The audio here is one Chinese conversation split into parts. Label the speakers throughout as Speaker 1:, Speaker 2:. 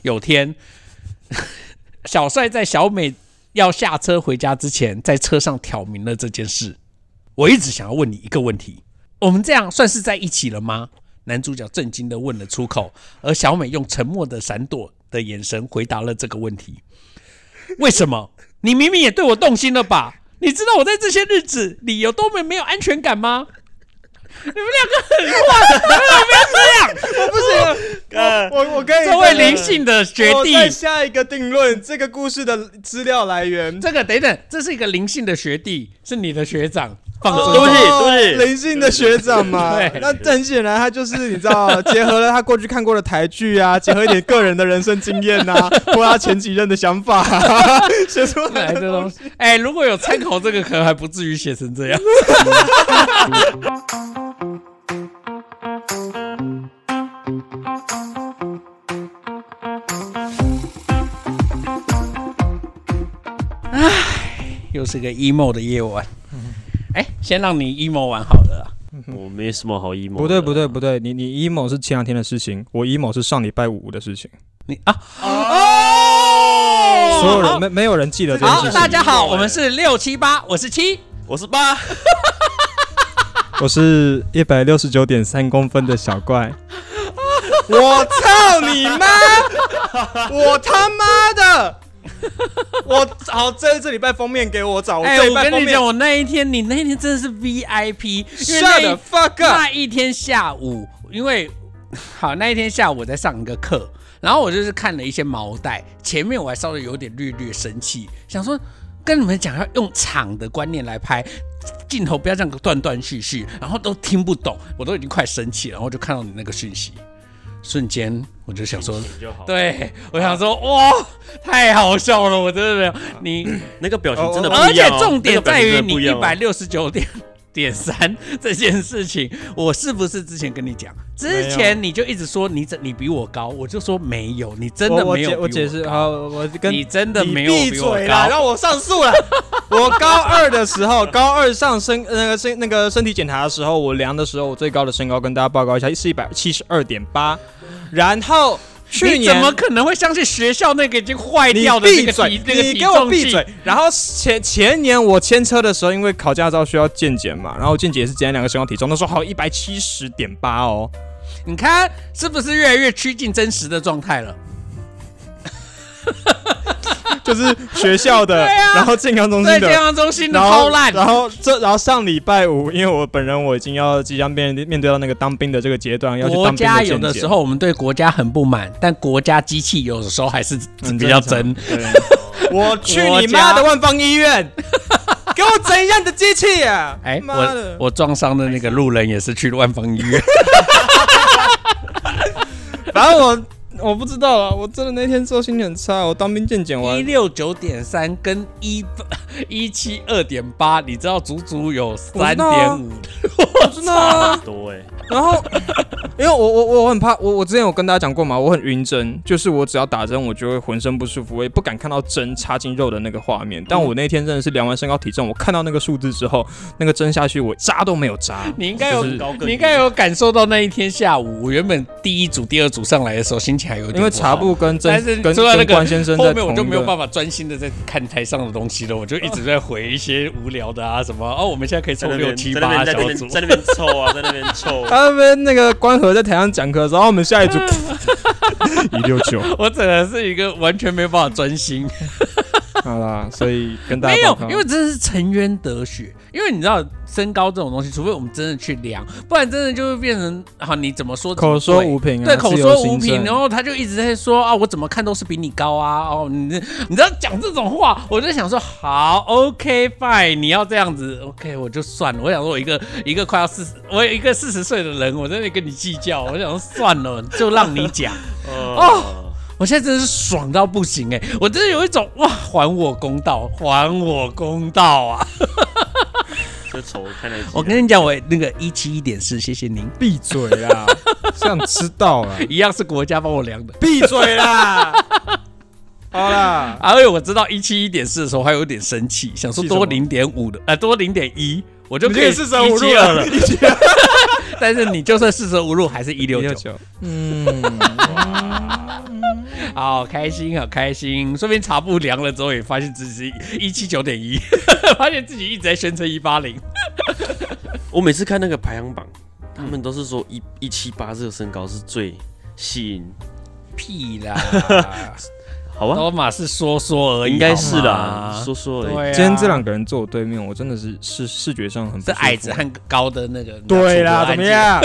Speaker 1: 有天， 小帅在小美要下车回家之前，在车上挑明了这件事。我一直想要问你一个问题：我们这样算是在一起了吗？男主角震惊的问了出口，而小美用沉默的闪躲的眼神回答了这个问题。为什么？你明明也对我动心了吧？你知道我在这些日子里有多么没有安全感吗？你们两个很坏，你们两个不要这样。
Speaker 2: 不行，
Speaker 3: 干
Speaker 2: 我我跟你
Speaker 1: 这位灵性的学弟
Speaker 2: 我，在下一个定论，这个故事的资料来源。
Speaker 1: 这个等等，这是一个灵性的学弟，是你的学长，放
Speaker 3: 哦
Speaker 1: 尊
Speaker 3: 对
Speaker 1: 重。
Speaker 3: 不起对不起
Speaker 2: 灵性的学长嘛
Speaker 1: 对。
Speaker 2: 那很显然，他就是你知道，结合了他过去看过的台剧啊，结合一点个人的人生经 验呐、或他前几任的想法、啊， 写出
Speaker 1: 来
Speaker 2: 来
Speaker 1: 这
Speaker 2: 的
Speaker 1: 东
Speaker 2: 东
Speaker 1: 西，哎，如果有参考这个，可能还不至于写成这样。唉，又是个 emo 的夜晚。哎，先让你 emo 完好了啦。 啊
Speaker 3: 我没什么好 emo。
Speaker 4: 不对不对不对，你你 emo 是前两天的事情，我 emo 是上礼拜五的事情，
Speaker 1: 你啊哦，
Speaker 4: 所有人没没有人记得这件
Speaker 1: 好，
Speaker 4: 事
Speaker 1: 大
Speaker 4: 情。
Speaker 1: 家好，我们是六七八，我是七，
Speaker 3: 我是八，
Speaker 4: 我是一百六十九点三公分的小 怪，
Speaker 2: 我操你 妈！我他妈的！我好，这这礼拜封面给我找，我
Speaker 1: 哎、
Speaker 2: 这礼
Speaker 1: 我
Speaker 2: 拜
Speaker 1: 跟
Speaker 2: 哦封
Speaker 1: 你讲，
Speaker 2: 面。
Speaker 1: 我那一天，你那一天真的是 VIP，因为那
Speaker 2: Shut
Speaker 1: 一
Speaker 2: the fuck up！
Speaker 1: 那一天下午，因为好那一天下午我在上一个课，然后我就是看了一些毛带，前面我还稍微有点略略生气，想说跟你们讲要用场的观念来拍。镜头不要这样断断续续，然后都听不懂，我都已经快生气了，然后就看到你那个讯息，瞬间我就想说，
Speaker 3: 就好。，
Speaker 1: 对我想说，哇，太好笑了，我真的没有
Speaker 4: 啊
Speaker 1: 你。
Speaker 3: 那个表情真的不
Speaker 1: 而
Speaker 3: 一样
Speaker 1: 且
Speaker 3: 哦、
Speaker 1: 重点在于你
Speaker 3: 那个表情真的不一
Speaker 1: 一
Speaker 3: 样 哦
Speaker 1: 百六十九点点三这件事情，我是不是之前跟你讲？之前你就一直说你怎你比我高，我就说没有，你真的
Speaker 4: 我我
Speaker 1: 没有
Speaker 4: 解
Speaker 1: 比
Speaker 4: 我解释，
Speaker 1: 高
Speaker 4: 好，我跟
Speaker 1: 你真的
Speaker 2: 你
Speaker 1: 没有
Speaker 2: 闭
Speaker 1: 比我
Speaker 2: 嘴啦！
Speaker 1: 高。
Speaker 2: 让我上 诉了。
Speaker 4: 我高二的时候，高二上身呃那个身那个身体检查的时候，我量的时候，我最高的身高跟大家报告一下是一百七十二点八，然后去
Speaker 1: 你怎
Speaker 4: 年
Speaker 1: 么可能会相信学校那个已经坏
Speaker 4: 你
Speaker 1: 掉的那
Speaker 4: 闭
Speaker 1: 个
Speaker 4: 嘴
Speaker 1: 体，那个
Speaker 4: 你
Speaker 1: 体
Speaker 4: 给我
Speaker 1: 重
Speaker 4: 闭
Speaker 1: 计
Speaker 4: 嘴！！然后前前年我签车的时候，因为考驾照需要健检嘛，然后健检也是检两个身高体重，那时候还有一百七十点八哦。
Speaker 1: 你看是不是越来越趋近真实的状态了？
Speaker 4: 就是学校的，
Speaker 1: 对啊
Speaker 4: 然后健康中
Speaker 1: 在
Speaker 4: 心
Speaker 1: 健
Speaker 4: 的，
Speaker 1: 康中心的
Speaker 4: 然
Speaker 1: 偷
Speaker 4: 后
Speaker 1: 懒，
Speaker 4: 然后这，然后上礼拜五，因为我本人我已经要即将面面对到那个当兵的这个阶段，要去
Speaker 1: 国
Speaker 4: 当兵
Speaker 1: 家
Speaker 4: 健
Speaker 1: 有的
Speaker 4: 检
Speaker 1: 时候我们对国家很不满，但国家机器有的时候还是
Speaker 4: 很
Speaker 1: 比较真
Speaker 4: 正。
Speaker 2: 我去你妈的万方 医院！给我整一下你的机器啊！
Speaker 1: 哎、
Speaker 2: 妈
Speaker 1: 我
Speaker 2: 的！
Speaker 1: 我撞伤的那个路人也是去万方医院，
Speaker 4: 反正我我不知道啊，我真的那天之后心情很差，我当兵健检
Speaker 1: 一
Speaker 4: 完，
Speaker 1: 六九点三跟一一七二点八，你知道足足有三点五，
Speaker 4: 真的 啊。
Speaker 3: 多哎、
Speaker 4: 然后，因为我我我很怕，我我之前有跟大家讲过嘛，我很晕针，就是我只要打针，我就会浑身不舒服，我也不敢看到针插进肉的那个画面。
Speaker 1: 嗯
Speaker 4: 但我那天真的是量完身高体重，我看到那个数字之后，那个针下去我扎都没有扎。
Speaker 1: 你应该有
Speaker 3: 就是高更
Speaker 1: 你应该有感受到那一天下午，我原本第一组、第二组上来的时候心情还有点
Speaker 4: 因为
Speaker 1: 不好
Speaker 4: 茶布跟
Speaker 1: 但
Speaker 4: 针
Speaker 1: 是
Speaker 4: 跟
Speaker 1: 说到那
Speaker 4: 跟
Speaker 1: 个
Speaker 4: 关先生
Speaker 1: 后
Speaker 4: 在
Speaker 1: 面我
Speaker 4: 同
Speaker 1: 就
Speaker 4: 一
Speaker 1: 没有
Speaker 4: 个，
Speaker 1: 办法专心的在看台上的东西了，我就一直在回一些无聊的啊什么哦，我们现在可以
Speaker 3: 在
Speaker 1: 凑
Speaker 3: 那
Speaker 1: 六
Speaker 3: 边
Speaker 1: 七
Speaker 3: 在那
Speaker 1: 八
Speaker 3: 边在
Speaker 1: 小
Speaker 3: 那
Speaker 1: 组
Speaker 3: 边，在那边臭啊，在那边臭。
Speaker 4: 他们那个关河在台上讲课的时候，然后我们下一 组 一六九，
Speaker 1: 我真的是一个完全没办法专心。
Speaker 4: 好啦，所以跟大家
Speaker 1: 没有
Speaker 4: 报告，
Speaker 1: 因为真的是沉冤得雪。因为你知道身高这种东西，除非我们真的去量，不然真的就会变成好，你怎么说
Speaker 4: 口说
Speaker 1: 无
Speaker 4: 无凭啊，
Speaker 1: 对口
Speaker 4: 自由
Speaker 1: 说无
Speaker 4: 行
Speaker 1: 凭，
Speaker 4: 政
Speaker 1: 然后他就一直在说啊，我怎么看都是比你高啊。哦，你你知道讲这种话，我就想说好，OK fine，你要这样子，OK 我就算了。我想说我一个一个快要四十，我一个四十岁的人，我在那里跟你计较，我想说算了，就让你讲。
Speaker 3: 哦，
Speaker 1: 我现在真的是爽到不行哎、我真的有一种哇，还我公道，还我公道啊！
Speaker 3: 这丑看来
Speaker 1: 我跟你讲，我那个一七一点四，谢谢您，
Speaker 4: 闭嘴
Speaker 1: 啊
Speaker 4: 啦，想知道啦。
Speaker 1: 一样是国家帮我量的。
Speaker 2: 闭嘴啦！ 好啦，
Speaker 1: 而啊且我知道一七一点四的时候，还有点生气，想说
Speaker 4: 气什
Speaker 1: 多
Speaker 4: 么
Speaker 1: 零点五的，呃，多零点一，我就
Speaker 2: 你
Speaker 1: 可
Speaker 2: 这
Speaker 1: 以
Speaker 2: 个四舍五入
Speaker 1: 172
Speaker 2: 了
Speaker 1: 了。 但是你就算四舍五入，还是一六九。
Speaker 4: 嗯，
Speaker 1: 好开心，好开心。说不定茶布凉了之后，也发现自己一七九点一， 发现自己一直在宣称一八零。
Speaker 3: 我每次看那个排行榜，他们都是说一一七八这个身高是最吸引，
Speaker 1: 屁啦，
Speaker 3: 好吧？
Speaker 1: 罗马是说说而已，
Speaker 3: 应该是
Speaker 1: 好
Speaker 3: 啦，
Speaker 1: 吗
Speaker 3: 说说而已。
Speaker 1: 对、啊，
Speaker 4: 今天这两个人坐我对面，我真的是视视觉上很不
Speaker 1: 是
Speaker 4: 舒
Speaker 1: 矮
Speaker 4: 服
Speaker 1: 子啊和高的那个，
Speaker 2: 对啦，
Speaker 1: 那
Speaker 2: 怎
Speaker 1: 个
Speaker 2: 么？样？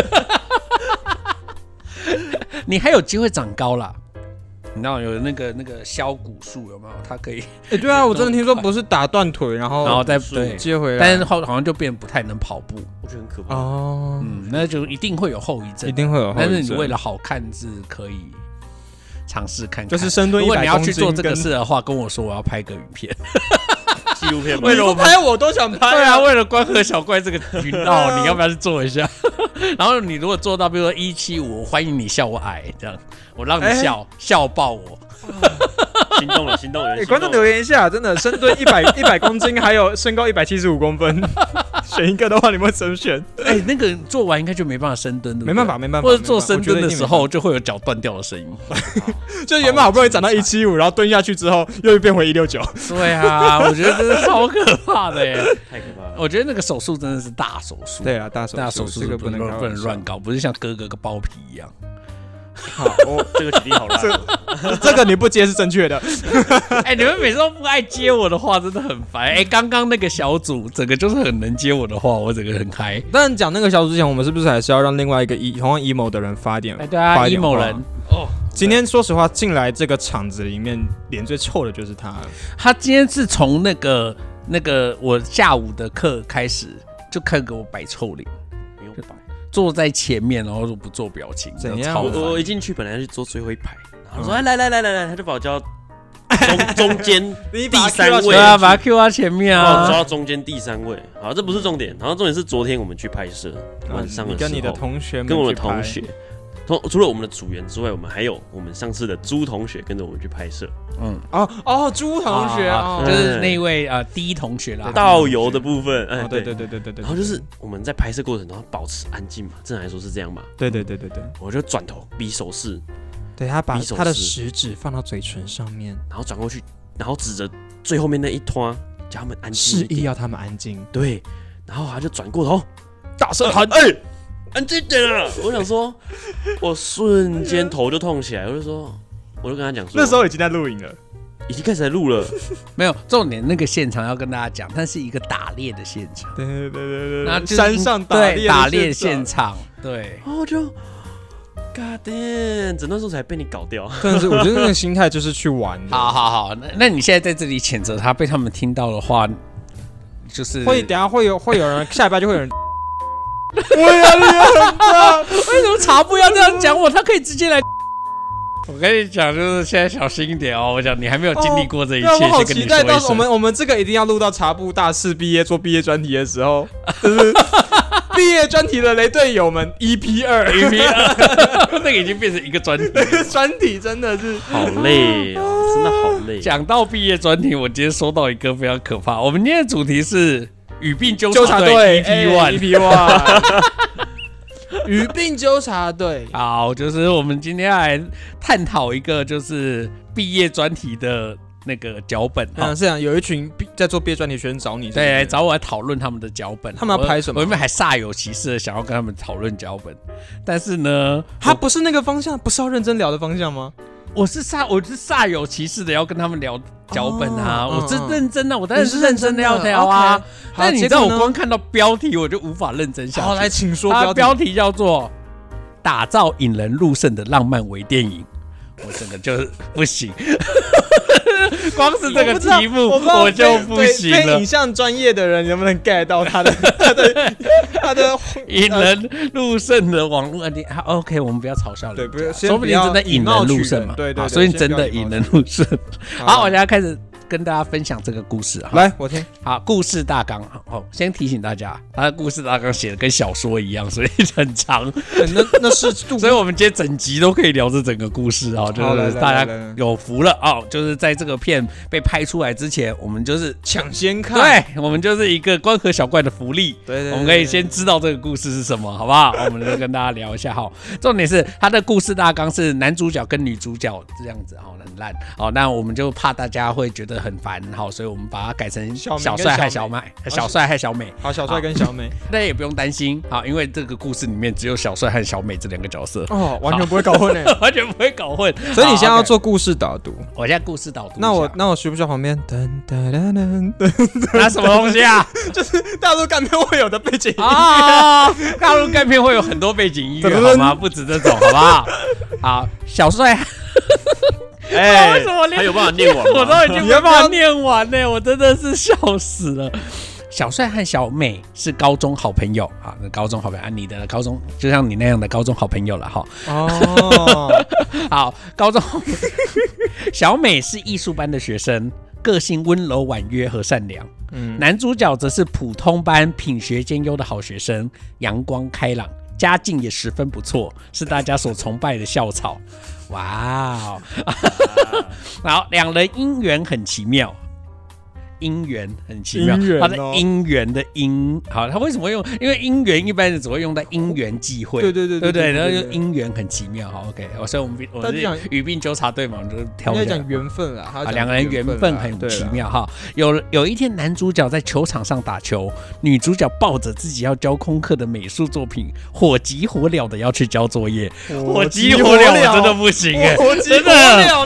Speaker 1: 你还有机会长高啦。你知道有那个那个削骨术有没有？它可以，
Speaker 4: 哎、对啊，我真的听说不是打断腿，然
Speaker 2: 哦
Speaker 4: 后
Speaker 1: 然后再
Speaker 3: 是
Speaker 1: 对，
Speaker 4: 接回来，
Speaker 1: 但是后好像就变不太能跑步。
Speaker 3: 我觉得很可怕。
Speaker 4: 哦，
Speaker 1: 嗯，那就一定会有后遗症
Speaker 4: 一。定会有后遗
Speaker 1: 但
Speaker 4: 症。
Speaker 1: 是你为了好看是可以尝试看看，
Speaker 2: 就是深蹲
Speaker 1: 如果
Speaker 2: 100
Speaker 1: 你要去做这
Speaker 2: 公
Speaker 1: 个
Speaker 2: 斤
Speaker 1: 事的话，跟我说我要拍个影片。
Speaker 3: 纪录 片吗
Speaker 1: 为了我们
Speaker 4: 拍我都想拍
Speaker 1: 对啊，为啊了关河小怪这个 频道，你要不要去做一下？ 然后你如果做到，比如说一七五，欢迎你笑我矮，这样我让你笑、笑爆我。
Speaker 3: 心动了，心动了
Speaker 2: 哎，，观众留
Speaker 3: 言
Speaker 2: 言一下，真的深蹲 一百一百公斤，还有身高一百七十五公分， 选一个的话，你们会怎么选？
Speaker 1: 哎、那个做完应该就没办法深蹲，对不
Speaker 4: 没
Speaker 1: 对
Speaker 4: 办法，，没办法，
Speaker 1: 或者做
Speaker 4: 没办法
Speaker 1: 深蹲的时，
Speaker 4: 我
Speaker 1: 候就会有脚断掉的声音。
Speaker 2: 就原本好不容易长到一七五，然后蹲下去之后又变回一六九，
Speaker 1: 对啊，我觉得真的超可怕的耶！
Speaker 3: 太可怕了。
Speaker 1: 我觉得那个手术真的是大手术。
Speaker 4: 觉得一定没办法对啊，大手
Speaker 1: 那手术
Speaker 4: 这
Speaker 1: 是
Speaker 4: 个
Speaker 1: 不
Speaker 4: 不
Speaker 1: 能
Speaker 4: 能开玩笑
Speaker 1: 不能乱。搞，不是像割个个包皮一样。
Speaker 4: 好，
Speaker 3: 哦， 这个举例好烂哦，
Speaker 2: 这个你不接是正确的。
Speaker 1: 哎、你们每次都不爱接我的话，真的很烦。哎、刚刚那个小组整个就是很能接我的话，我整个很嗨。
Speaker 4: 但讲那个小组之前，我们是不是还是要让另外一个一同样 emo 的人发点？
Speaker 1: 哎、对啊
Speaker 4: 发一点
Speaker 1: ，emo
Speaker 4: 话
Speaker 1: 人，
Speaker 4: 今天说实话，进来这个场子里面，脸最臭的就是他了。
Speaker 1: 他今天是从那个那个我下午的课开始，就开始给我摆臭脸，
Speaker 3: 没有吧？
Speaker 1: 坐在前面，然后都不做表情，
Speaker 4: 怎
Speaker 1: 然后
Speaker 4: 样
Speaker 1: 超
Speaker 3: 我
Speaker 1: 烦
Speaker 3: 我一进去本来要去坐最后一排，然后说哎来来来来来，他就把我叫到中中间
Speaker 4: 第
Speaker 3: 第三位，
Speaker 1: 对啊，把他 Q 到前面
Speaker 3: 把我哦抓
Speaker 1: 啊。
Speaker 3: 到中间第三位。好，这不是重点，然后重点是昨天我们去拍摄，晚上
Speaker 4: 啊嗯你
Speaker 3: 时候
Speaker 4: 跟你的同学们
Speaker 3: 跟我的
Speaker 4: 去拍
Speaker 3: 同学，同除了我们的组员之外，我们还有我们上次的朱同学跟着我们去拍摄
Speaker 4: 哦哦，朱同学
Speaker 1: 啊
Speaker 2: 嗯
Speaker 4: 哦
Speaker 1: 就
Speaker 3: 对
Speaker 1: 是那位啊，呃第一同学啦，
Speaker 3: 导游的部分。哎，
Speaker 4: 哦，对对。对对对对
Speaker 3: 然，后就是我们在拍摄过程中要保持安静嘛，正常来说是这样嘛。
Speaker 4: 对对对对对，
Speaker 3: 我就转头比手势，
Speaker 4: 对他把
Speaker 3: 匕首
Speaker 4: 他的
Speaker 3: 是
Speaker 4: 食指放到嘴唇上面，
Speaker 3: 然后转过去，然后指着最后面那一团，叫他们安静
Speaker 4: 示
Speaker 3: 一点。
Speaker 4: 意要他们安静。
Speaker 3: 对，然后他就转过头，大声喊：“哎、安静点啊！”我想说， 我瞬间头就痛起来，我就说，我就跟他讲说，
Speaker 2: 那时候已经在录影了，
Speaker 3: 已经开始在录了，
Speaker 1: 没有重点。那个现场要跟大家讲，它是一个打猎的现场，
Speaker 2: 对对对对
Speaker 1: 那就是
Speaker 2: 山上打
Speaker 1: 对
Speaker 2: 猎
Speaker 1: 打
Speaker 2: 打
Speaker 1: 猎
Speaker 2: 现
Speaker 1: 现
Speaker 2: 场，
Speaker 1: 场，对。
Speaker 3: 然后我就，God damn，整段时候才被你搞掉。
Speaker 4: 真的是，我觉得那个心态就是去玩的。
Speaker 1: 好好好，那那你现在在这里谴责他，被他们听到的话，就是
Speaker 4: 会 等下会有会有人下礼拜就会有人，
Speaker 2: 我压力很大。
Speaker 1: 为哎什么茶不要这样讲我？他可以直接来。 我跟你讲，就是现在小心一点哦。我讲你还没有经历过这一切，
Speaker 2: 让哦啊我好
Speaker 1: 先跟
Speaker 2: 期
Speaker 1: 你
Speaker 2: 待，
Speaker 1: 说
Speaker 2: 到
Speaker 1: 一
Speaker 2: 时候 我
Speaker 1: 声。
Speaker 2: 们我们这个一定要录到茶布大四毕业做毕业专题的时候，就是毕业专题的雷队友们 EP 二
Speaker 1: 那个已经变成一个专题。
Speaker 2: 专题真的是
Speaker 3: 好累哦， 真的好累。
Speaker 1: 讲到毕业专题，我今天收到一个非常可怕。我们今天的主题是与病纠
Speaker 2: 纠
Speaker 1: 察
Speaker 2: 察
Speaker 1: 队 E
Speaker 2: 队哎 E
Speaker 1: EP One。
Speaker 2: EP One，与病纠察队。
Speaker 1: 好，就是我们今天来探讨一个就是毕业专题的那个脚本哈
Speaker 4: 嗯，。是啊，有一群毕在做毕业专题学生找你，是不是
Speaker 1: 对，找我来讨论他们的脚本。
Speaker 4: 他们要
Speaker 1: 我
Speaker 4: 拍什么
Speaker 1: 我原本还煞有其事的想要跟他们讨论脚本，但是呢，
Speaker 4: 他不是那个方向，不是要认真聊的方向吗？
Speaker 1: 我是煞我是煞有其事的要跟他们聊脚本啊，
Speaker 4: 哦
Speaker 1: 我是
Speaker 4: 嗯嗯
Speaker 1: 认真的，我当然
Speaker 4: 你
Speaker 1: 是认真的要聊啊。但你知道我光看到标题我就无法认真下
Speaker 4: 好
Speaker 1: 去。
Speaker 4: 来，请说
Speaker 1: 它
Speaker 4: 标
Speaker 1: 标
Speaker 4: 标
Speaker 1: 题叫做“打造引人入胜的浪漫微电影”，我整个就是 不行，光是这个题目
Speaker 2: 不知道
Speaker 1: 就不
Speaker 2: 非
Speaker 1: 行
Speaker 2: 非
Speaker 1: 了
Speaker 2: 影。像专业的人能不能 get 到 他的他的他的？
Speaker 1: 引人入胜的网络案例、啊、，OK，我们不要嘲笑人家
Speaker 4: 对不要先
Speaker 1: 说不定真的引人入胜嘛，
Speaker 2: 不要以貌取人对对对
Speaker 1: 啊所以真的引人入胜。
Speaker 4: 好
Speaker 1: 好，我现在开始跟大家分享这个故事啊。
Speaker 2: 来，我听。
Speaker 1: 好，故事大纲哦，先提醒大家，他的故事大纲写的跟小说一样，所以很 长，
Speaker 4: 那那是杜
Speaker 1: 所以我们今天整集都可以聊这整个故事哦，就
Speaker 2: 好来
Speaker 1: 是
Speaker 2: 来
Speaker 1: 大
Speaker 2: 来来
Speaker 1: 家有福了哦，就是在这个片被拍出来之前，我们就是
Speaker 4: 抢先看，
Speaker 1: 对，我们就是一个关河小怪的福利。
Speaker 4: 对对
Speaker 1: 我们可以先知道这个故事是什么，好不好？我们就跟大家聊一下哈。重点是他的故事大纲是男主角跟女主角这样子，哦，很烂。好，那我们就怕大家会觉得很烦，好，所以我们把它改成
Speaker 2: 小明
Speaker 1: 小
Speaker 2: 跟
Speaker 1: 帅和
Speaker 2: 小
Speaker 1: 小
Speaker 2: 美
Speaker 1: 美，
Speaker 4: 哦
Speaker 1: 小帅和小美。
Speaker 2: 好，小帅跟小美。
Speaker 1: 大家也不用担心，好，因为这个故事里面只有小帅和小美这两个角色，
Speaker 2: 哦，完全不会搞混诶。
Speaker 1: 完全不会搞混。
Speaker 4: 所以你现在
Speaker 1: 好
Speaker 4: 要
Speaker 1: ，OK，
Speaker 4: 做故事导读，
Speaker 1: 我现在故事导读一下。
Speaker 4: 那我那我需不需要旁边噔噔噔噔 噔？
Speaker 1: 拿什么东西 啊？
Speaker 2: 大陆干片会有的背景音。
Speaker 1: 啊，大陆干片会有很多背景音乐好吗？不止这种，好不好？好，小帅，
Speaker 3: 哎
Speaker 1: 为什么连
Speaker 3: 还有办法念完吗
Speaker 1: 我都已经
Speaker 2: 你
Speaker 1: 没
Speaker 2: 要
Speaker 1: 办
Speaker 2: 不要
Speaker 1: 法念完呢、我真的是笑死了。小帅和小美是高中好朋友啊，那高中好朋友啊，你的高中就像你那样的高中好朋友了哈。
Speaker 2: 哦，
Speaker 1: 好，高中小美是艺术班的学生，个性温柔婉约和善良。嗯，男主角则是普通班品学兼优的好学生，阳光开朗，家境也十分不错，是大家所崇拜的校草。哇哦！好，两人姻缘很奇妙。姻缘很奇妙，
Speaker 2: 姻缘
Speaker 1: 他的
Speaker 2: 哦
Speaker 1: 姻缘的姻，好，他为什么会用？因为姻缘一般人只会用在因缘际会，
Speaker 2: 对对对
Speaker 1: 对
Speaker 2: 对
Speaker 1: 不对，
Speaker 2: 对对
Speaker 1: 然后
Speaker 2: 对
Speaker 1: 就因缘很奇妙哈，OK，哦所以我们我
Speaker 2: 但
Speaker 1: 们
Speaker 2: 是讲
Speaker 1: 是语病纠察队嘛，我们就挑
Speaker 2: 应该
Speaker 1: 一下
Speaker 2: 讲。缘分啦，他
Speaker 1: 啊，
Speaker 2: 讲啊
Speaker 1: 两个人缘分
Speaker 2: 啦
Speaker 1: 很
Speaker 2: 对
Speaker 1: 奇
Speaker 2: 啦
Speaker 1: 妙哈。有有一天，男主角在球场上打球，女主角抱着自己要交功课的美术作品，火急火燎的要去交作业。
Speaker 2: 啊
Speaker 1: 火急火燎，我真的不行哎、
Speaker 2: 火急
Speaker 1: 真
Speaker 2: 火
Speaker 1: 的
Speaker 2: 燎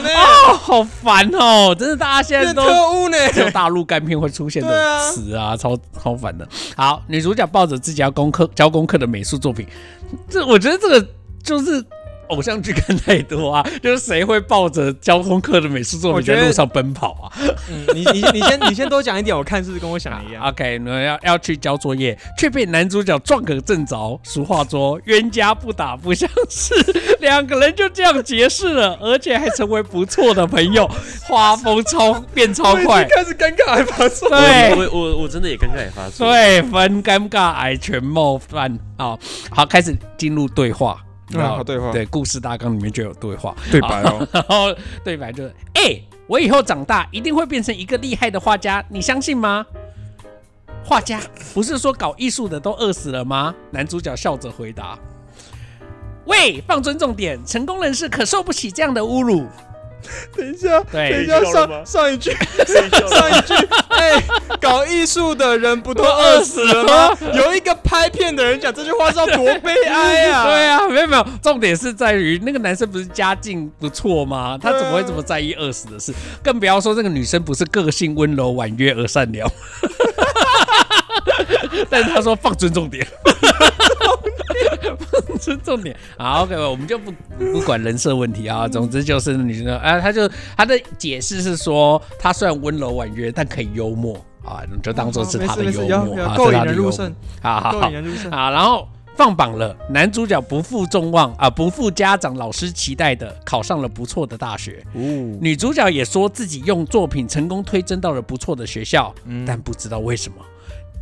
Speaker 2: 呢，
Speaker 1: 哦，好烦哦！真的，大家现在
Speaker 2: 变
Speaker 1: 都
Speaker 2: 特务呢。
Speaker 1: 只有大陆干片会出现
Speaker 2: 对
Speaker 1: 的
Speaker 2: 啊
Speaker 1: 词啊，超超烦的。好，女主角抱着自己要功课交功课的美术作品，这我觉得这个就是偶像剧看太多啊， 就是谁会抱着交功课的美术作
Speaker 2: 我
Speaker 1: 品
Speaker 2: 觉得
Speaker 1: 在路上奔跑啊？
Speaker 2: 嗯你你你先你先多讲一点，我看是不是跟我想的一样。
Speaker 1: OK，那要要去交作业，却被男主角撞个正着。俗话说，冤家不打不相识， 两个人就这样结识了，而且还成为不错的朋友，画风超变超 快。
Speaker 2: 开始尴尬还发错。
Speaker 1: 对，
Speaker 3: 我我我真的也尴尬也发 出，
Speaker 1: 对，分尴尬癌全冒犯啊、哦！好，开始进入对话。
Speaker 2: 嗯
Speaker 1: 然后
Speaker 2: 好对话
Speaker 1: 对，故事大纲里面就有对话，
Speaker 4: 对白哦，
Speaker 1: 然后对白就是：哎、我以后长大一定会变成一个厉害的画家，你相信吗？画家不是说搞艺术的都饿死了吗？男主角笑着回答：喂，放尊重点，成功人士可受不起这样的侮辱。
Speaker 2: 等一下，
Speaker 1: 对
Speaker 2: 等一下
Speaker 3: 你笑了
Speaker 2: 上
Speaker 3: 吗
Speaker 2: 上一句
Speaker 3: 谁笑
Speaker 2: 上一句，哎，搞艺术的人不都饿死了吗？有一个拍片的人讲这句话是要多悲哀 啊！
Speaker 1: 对，啊，没有没有，重点是在于那个男生不是家境不错吗？他怎么会这么在意饿死的事？更不要说这个女生不是个性温柔、婉约而善良。 但是他说放尊重点，放尊重点。好，OK，我们就不不管人设问题啊。总之就是女生说，啊，她就她的解释是说，她虽然温柔婉约，但可以幽默啊，你就当做是她的
Speaker 2: 没事
Speaker 1: 幽
Speaker 2: 没事要
Speaker 1: 默
Speaker 2: 要
Speaker 1: 啊，
Speaker 2: 够
Speaker 1: 是她
Speaker 2: 引
Speaker 1: 的
Speaker 2: 人
Speaker 1: 幽
Speaker 2: 入
Speaker 1: 默
Speaker 2: 胜，
Speaker 1: 好好
Speaker 2: 够
Speaker 1: 好
Speaker 2: 引。人入胜。
Speaker 1: 啊，然后放榜了，男主角不负众望啊，不负家长、老师期待的，考上了不错的大学。女主角也说自己用作品成功推甄到了不错的学校，但不知道为什么。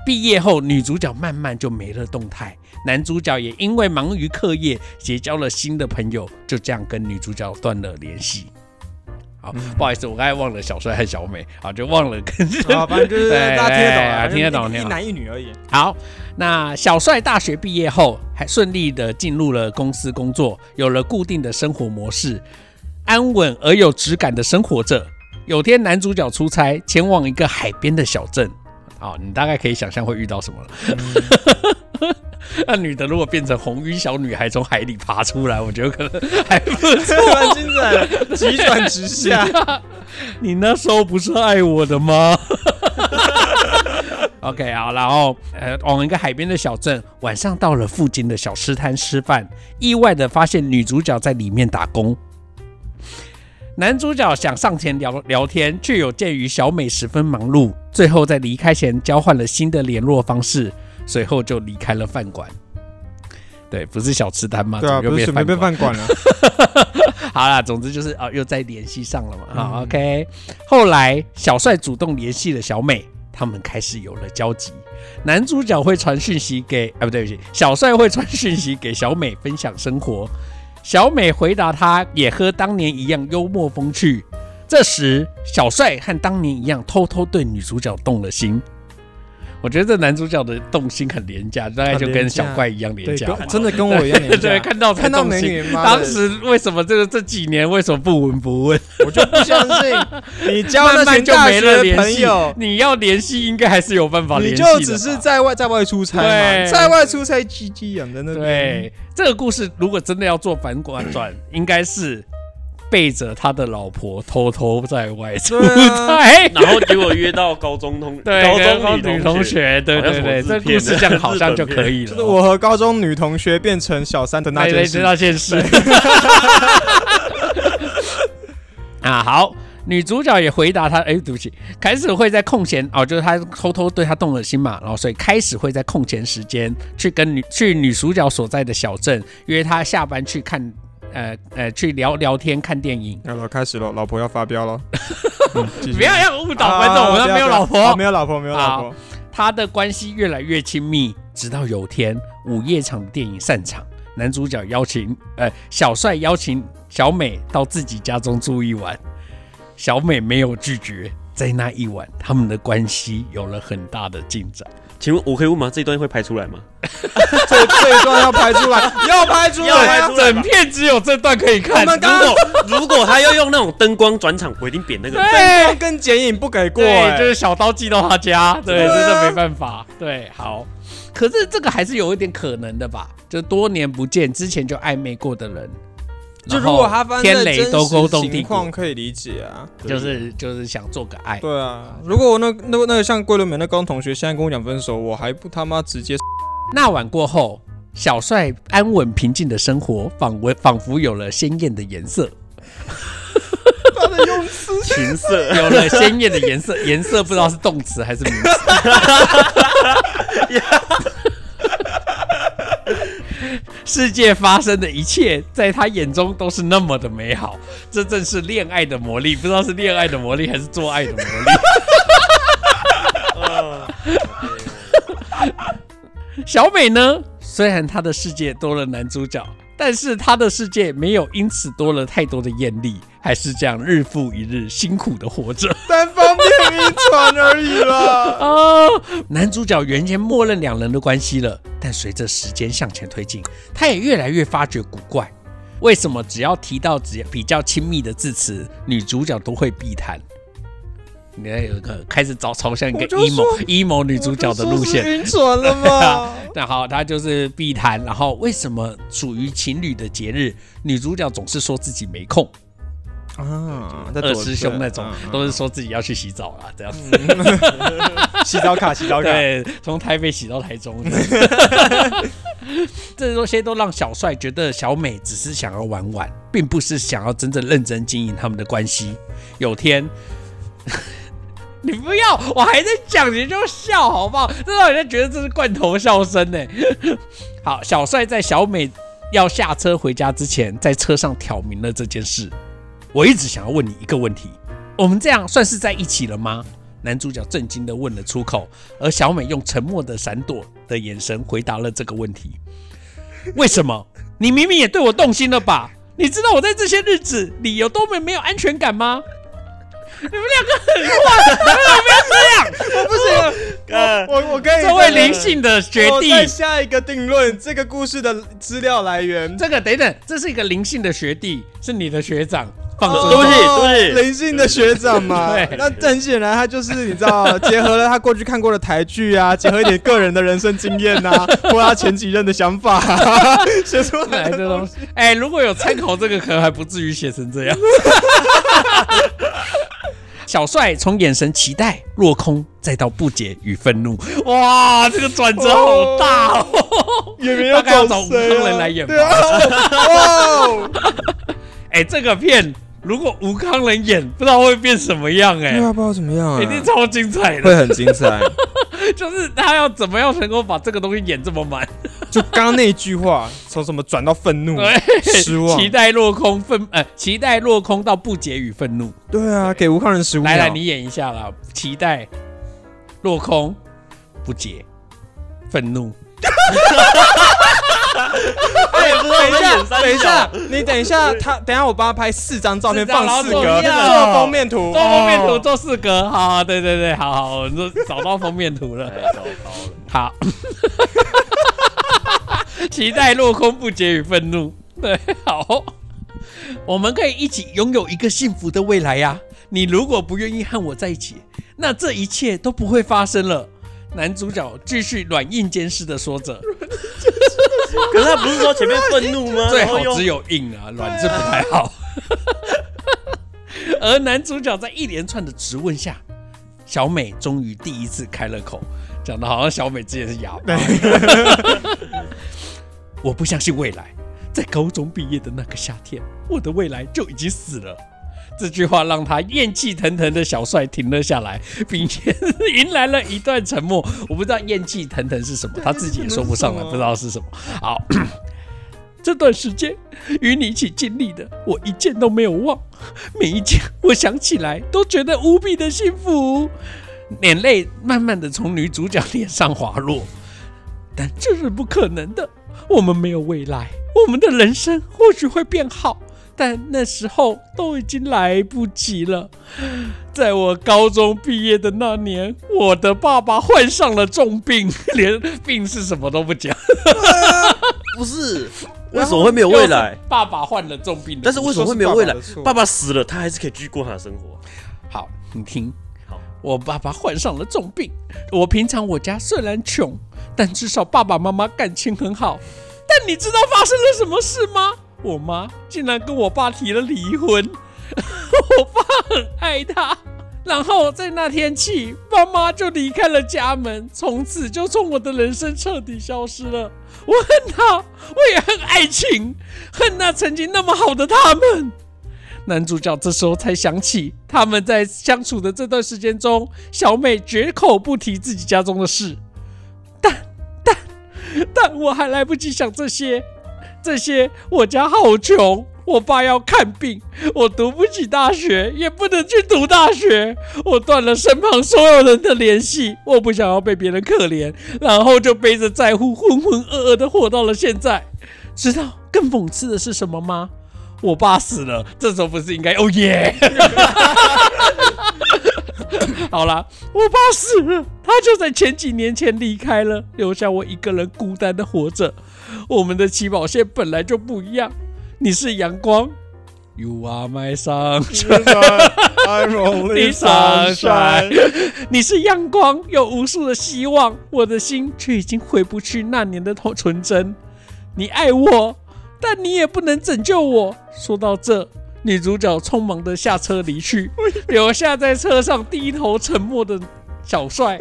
Speaker 1: 毕业后，女主角慢慢就没了动态，男主角也因为忙于课业，结交了新的朋友，就这样跟女主角断了联系。好，不好意思，我刚才忘了小帅和小美，啊，就忘了跟
Speaker 2: 啊，反正就是大家听得懂啊，
Speaker 1: 对对对听得懂
Speaker 2: 一
Speaker 1: 听得懂
Speaker 2: 一男一女而已。
Speaker 1: 好，那小帅大学毕业后，还顺利的进入了公司工作，有了固定的生活模式，安稳而有质感的生活着。有天，男主角出差，前往一个海边的小镇。好，你大概可以想象会遇到什么了。 那女的如果变成红衣小女孩从海里爬出来，我觉得可能还不错。
Speaker 2: 蛮精彩，急转直下。
Speaker 1: 你那时候不是爱我的吗 ？OK，好，然后呃，往一个海边的小镇，晚上到了附近的小吃摊吃饭，意外的发现女主角在里面打工。男主角想上前聊聊天，却有鉴于小美十分忙碌，最后在离开前交换了新的联络方式，随后就离开了饭馆。对，不是小吃摊嘛，
Speaker 2: 对啊，
Speaker 1: 怎么又
Speaker 2: 不是准备
Speaker 1: 被
Speaker 2: 被
Speaker 1: 饭馆。
Speaker 2: 饭馆了，
Speaker 1: 好啦，总之就是啊、又在联系上了嘛。好、o k 后来小帅主动联系了小美，他们开始有了交集。男主角会传讯息给，啊，不对不起，小帅会传讯息给小美分享生活。小美回答他也和当年一样幽默风趣。这时，小帅和当年一样偷偷对女主角动了心。我觉得这男主角的动心很廉价，大概就跟
Speaker 2: 很廉价
Speaker 1: 小怪一样廉
Speaker 2: 对，
Speaker 1: 价。
Speaker 2: 跟真的跟我一样年纪
Speaker 1: 对，
Speaker 2: 啊，
Speaker 1: 看到才
Speaker 2: 看到
Speaker 1: 动
Speaker 2: 美
Speaker 1: 心
Speaker 2: 女，妈的
Speaker 1: 当时为什么这个这几年为什么不闻不 问？
Speaker 2: 我就不相信 你交
Speaker 1: 慢
Speaker 2: 那
Speaker 1: 慢
Speaker 2: 群
Speaker 1: 就
Speaker 2: 大
Speaker 1: 没
Speaker 2: 学
Speaker 1: 了
Speaker 2: 的
Speaker 1: 联
Speaker 2: 朋
Speaker 1: 系
Speaker 2: 友。，
Speaker 1: 你要联系应该还是有办法
Speaker 2: 你
Speaker 1: 联系
Speaker 2: 就
Speaker 1: 的
Speaker 2: 只是
Speaker 1: 吧
Speaker 2: 在外在外出差嘛，
Speaker 1: 对
Speaker 2: 在外出差唧唧养在那边，
Speaker 1: 对这个故事，如果真的要做反转，转应该是背着他的老婆偷偷在外出
Speaker 2: 对 啊
Speaker 1: 差。
Speaker 3: 然后结果约到高中同
Speaker 1: 对，
Speaker 3: 高
Speaker 1: 跟
Speaker 3: 中
Speaker 1: 女
Speaker 3: 女
Speaker 1: 同
Speaker 3: 同学，
Speaker 1: 学，对
Speaker 3: 好像
Speaker 1: 对对，
Speaker 3: 什么制
Speaker 1: 这故
Speaker 3: 片
Speaker 1: 事
Speaker 3: 的
Speaker 1: 这样好像
Speaker 3: 日
Speaker 1: 就
Speaker 3: 本
Speaker 1: 可
Speaker 3: 片
Speaker 1: 以
Speaker 2: 就是
Speaker 1: 了。
Speaker 2: 我和高中女同学变成小三的那
Speaker 1: 对
Speaker 2: 件
Speaker 1: 对，
Speaker 2: 事
Speaker 1: 知。道件事。 啊，好，女主角也回答他，哎、对不起，开始会在空闲哦，就是他偷偷对他动了心嘛，然后所以开始会在空闲时间去跟女去女主角所在的小镇约她下班去看，呃呃，去聊聊天、看电影。
Speaker 2: 要了，开始了，老婆要发飙 了。嗯
Speaker 1: 不要要误
Speaker 2: 啊不啊
Speaker 1: 导观众，我们没有老婆，
Speaker 2: 没有老婆，没有老婆。
Speaker 1: 他的关系越来越亲密，直到有天午夜场的电影散场，男主角邀请呃小帅邀请小美到自己家中住一晚，小美没有拒绝。在那一晚，他们的关系有了很大的进展。
Speaker 3: 请问我可以问吗？这一段会拍出来吗？
Speaker 2: 这这一段要拍出来，要拍出来
Speaker 3: 要拍
Speaker 2: 啊
Speaker 3: 出！来
Speaker 1: 整片只有 这段可以看
Speaker 2: 我。们刚
Speaker 3: 如果如果他要用那种灯光转场，我一定扁那个。
Speaker 1: 对，
Speaker 2: 跟剪影不给过，
Speaker 1: 对，
Speaker 2: 哎
Speaker 1: 就是小刀寄到他家，对，
Speaker 2: 对啊
Speaker 1: 真的没办法。对，好，可是这个还是有一点可能的吧？就多年不见，之前就暧昧过的人，
Speaker 2: 就
Speaker 1: 然
Speaker 2: 如
Speaker 1: 后
Speaker 2: 果他发生
Speaker 1: 天
Speaker 2: 在
Speaker 1: 雷
Speaker 2: 真
Speaker 1: 都勾
Speaker 2: 实
Speaker 1: 动地
Speaker 2: 情
Speaker 1: 火
Speaker 2: 况，，可以理解啊。
Speaker 1: 就是就是想做个爱。
Speaker 2: 对啊，
Speaker 4: 如果我那那那个像桂纶镁那高中同学现在跟我讲分手，我还不他妈直接
Speaker 1: 那晚过后，小帅安稳平静的生活，仿为仿佛有了鲜艳的颜色，
Speaker 2: 他的用词
Speaker 3: 情色
Speaker 1: 有了鲜艳的颜色， 颜色不知道是动词还是名 词。世界发生的一切，在他眼中都是那么的美好，这正是恋爱的魔力。不知道是恋爱的魔力还是做爱的魔力。小美呢，虽然她的世界多了男主角，但是她的世界没有因此多了太多的艳丽，还是这样日复一日辛苦的活着。
Speaker 2: 单方面晕船而已啦。
Speaker 1: 哦，男主角原先默认两人的关系了，但随着时间向前推进，他也越来越发觉古怪。为什么只要提到只比较亲密的字词，女主角都会避谈？你看有一个开始找朝向一个
Speaker 2: 我就说
Speaker 1: emo emo 女 主角的路线
Speaker 2: 我就说，是晕船了 嘛？
Speaker 1: 那好，他就是避谈。然后为什么属于情侣的节日，女主角总是说自己没空？
Speaker 2: 啊，
Speaker 1: 二师兄那种
Speaker 2: 嗯
Speaker 1: 都是说自己要去洗澡啊啦，这样子。
Speaker 2: 洗澡卡，洗澡卡。
Speaker 1: 对，从台北洗到台 中，这些都让小帅觉得小美只是想要玩玩，并不是想要真正认真经营他们的关系。有天， 你不要，我还在讲，你就笑好不好？这让人家觉得这是罐头笑声呢。好，小帅在小美要下车回家之前，在车上挑明了这件事。我一直想要问你一个问题：我们这样算是在一起了吗？男主角震惊的问了出口，而小美用沉默的闪躲的眼神回答了这个问题：“为什么？你明明也对我动心了吧？你知道我在这些日子里有多么没有安全感吗？”你们两个很坏，
Speaker 2: 我不行，
Speaker 3: 呃，
Speaker 2: 我我可以
Speaker 1: 这
Speaker 4: 哦
Speaker 1: 位灵性的学
Speaker 2: 我
Speaker 1: 弟，
Speaker 2: 再下一个定论，这个故事的资料来源。
Speaker 1: 这个等等，这是一个灵性的学弟，是你的学长，放
Speaker 3: 哦
Speaker 1: 尊
Speaker 3: 对不
Speaker 1: 重
Speaker 3: 起对不起
Speaker 2: 灵性的学长嘛
Speaker 1: 对。
Speaker 2: 那很显然，他就是你知道，结合了他过去看过的台剧 啊，结合一点个人的人生经验 呐、啊，或他前几任的想法、 啊，写出来
Speaker 1: 来
Speaker 2: 的
Speaker 1: 这
Speaker 2: 东
Speaker 1: 东
Speaker 2: 西。
Speaker 1: 西。哎，如果有参考这个，可能还不至于写成这样。小帅从眼神期待落空，再到不解与愤怒，哇，这个转折好大哦！
Speaker 2: 演员
Speaker 1: 大概要找
Speaker 2: 找
Speaker 1: 吴
Speaker 2: 谁
Speaker 1: 康
Speaker 2: 啊
Speaker 1: 仁来演吧
Speaker 2: 对啊， 哇哦！
Speaker 1: 哎，这个片如果吴康仁演，不知道会变什么样哎、
Speaker 4: 对啊，不知道怎么样啊
Speaker 1: 一，定超精彩的，
Speaker 4: 会很精彩。
Speaker 1: 就是他要怎么样能够把这个东西演这么满？
Speaker 4: 就刚刚那一句话，从什么转到愤
Speaker 1: 嗯
Speaker 4: 怒、
Speaker 1: 对
Speaker 4: 失望，
Speaker 1: 期待落空愤呃，期待落空到不解与愤怒。
Speaker 4: 对啊，给吴康仁十五秒。
Speaker 1: 来来，你演一下啦，期待落空不解愤怒。
Speaker 3: 他
Speaker 1: 哎
Speaker 3: 也不知道
Speaker 4: 等一下，
Speaker 3: 他
Speaker 4: 等一下，你等一下，他等一下，我帮他拍四张照片，
Speaker 1: 四张
Speaker 4: 放四
Speaker 1: 然
Speaker 4: 格
Speaker 1: 后做一样
Speaker 4: 做封面图，
Speaker 1: 做封面图
Speaker 4: 哦
Speaker 1: 做四格，好好，对对对，好好，我们都找到封面图 了。
Speaker 3: 哎太糟糕了。
Speaker 1: 好， 期待落空不解与愤怒。对，好，我们可以一起拥有一个幸福的未来呀、你如果不愿意和我在一起，那这一切都不会发生了。男主角继续软硬兼施的说着，
Speaker 3: 可是他不是说前面愤怒吗？
Speaker 1: 最
Speaker 3: 然后
Speaker 1: 好
Speaker 3: 又
Speaker 1: 只有硬啊，软是不太好。 而男主角在一连串的质问下，小美终于第一次开了口，讲的好像小美之前是哑巴一样。 我不相信未来，在高中毕业的那个夏天，我的未来就已经死了。这句话让他厌气腾腾的小帅停了下来，并且迎来了一段沉默。我不知道厌气腾腾是什么，他自己也说不上来，不知道是什么。好， 这段时间与你一起经历的，我一件都没有忘，每一件我想起来都觉得无比的幸福。眼泪慢慢的从女主角脸上滑落，但这是不可能的。我们没有未来，我们的人生或许会变好，但那时候都已经来不及了。在我高中毕业的那年，我的爸爸患上了重病， 连病是什么都不讲。
Speaker 3: 不是，为什么会没有未来？，
Speaker 1: 爸爸患了重病的
Speaker 3: 但是为什么会没有未来
Speaker 4: 说是爸爸的？错
Speaker 3: 爸爸死了，他还是可以继续过他的生活。
Speaker 1: 好，你听
Speaker 3: 好。
Speaker 1: 我爸爸患上了重病。我平常我家虽然穷，但至少爸爸妈妈感情很好。但你知道发生了什么事吗？我妈竟然跟我爸提了离婚。我爸很爱她。然后在那天起，妈妈就离开了家门，从此就从我的人生彻底消失了。我恨她，我也恨爱情，恨那曾经那么好的他们。男主角这时候才想起，他们在相处的这段时间中，小美绝口不提自己家中的事。但但但我还来不及想这些，这些我家好穷，我爸要看病，我读不起大学，也不能去读大学，我断了身旁所有人的联系，我不想要被别人可怜，然后就背着债务浑浑噩噩的活到了现在。知道更讽刺的是什么吗？我爸死了，这时候不是应该哦耶？好啦，我爸死了，他就在前几年前离开了，留下我一个人孤单的活着。我们的起跑线本来就不一样，你是阳光，You are my sun。
Speaker 2: I'm only
Speaker 1: 你
Speaker 2: sunshine。
Speaker 1: 你是阳光，有无数的希望，我的心却已经回不去那年的童纯真。你爱我，但你也不能拯救我。说到这，女主角匆忙的下车离去，留下在车上低头沉默的小帅。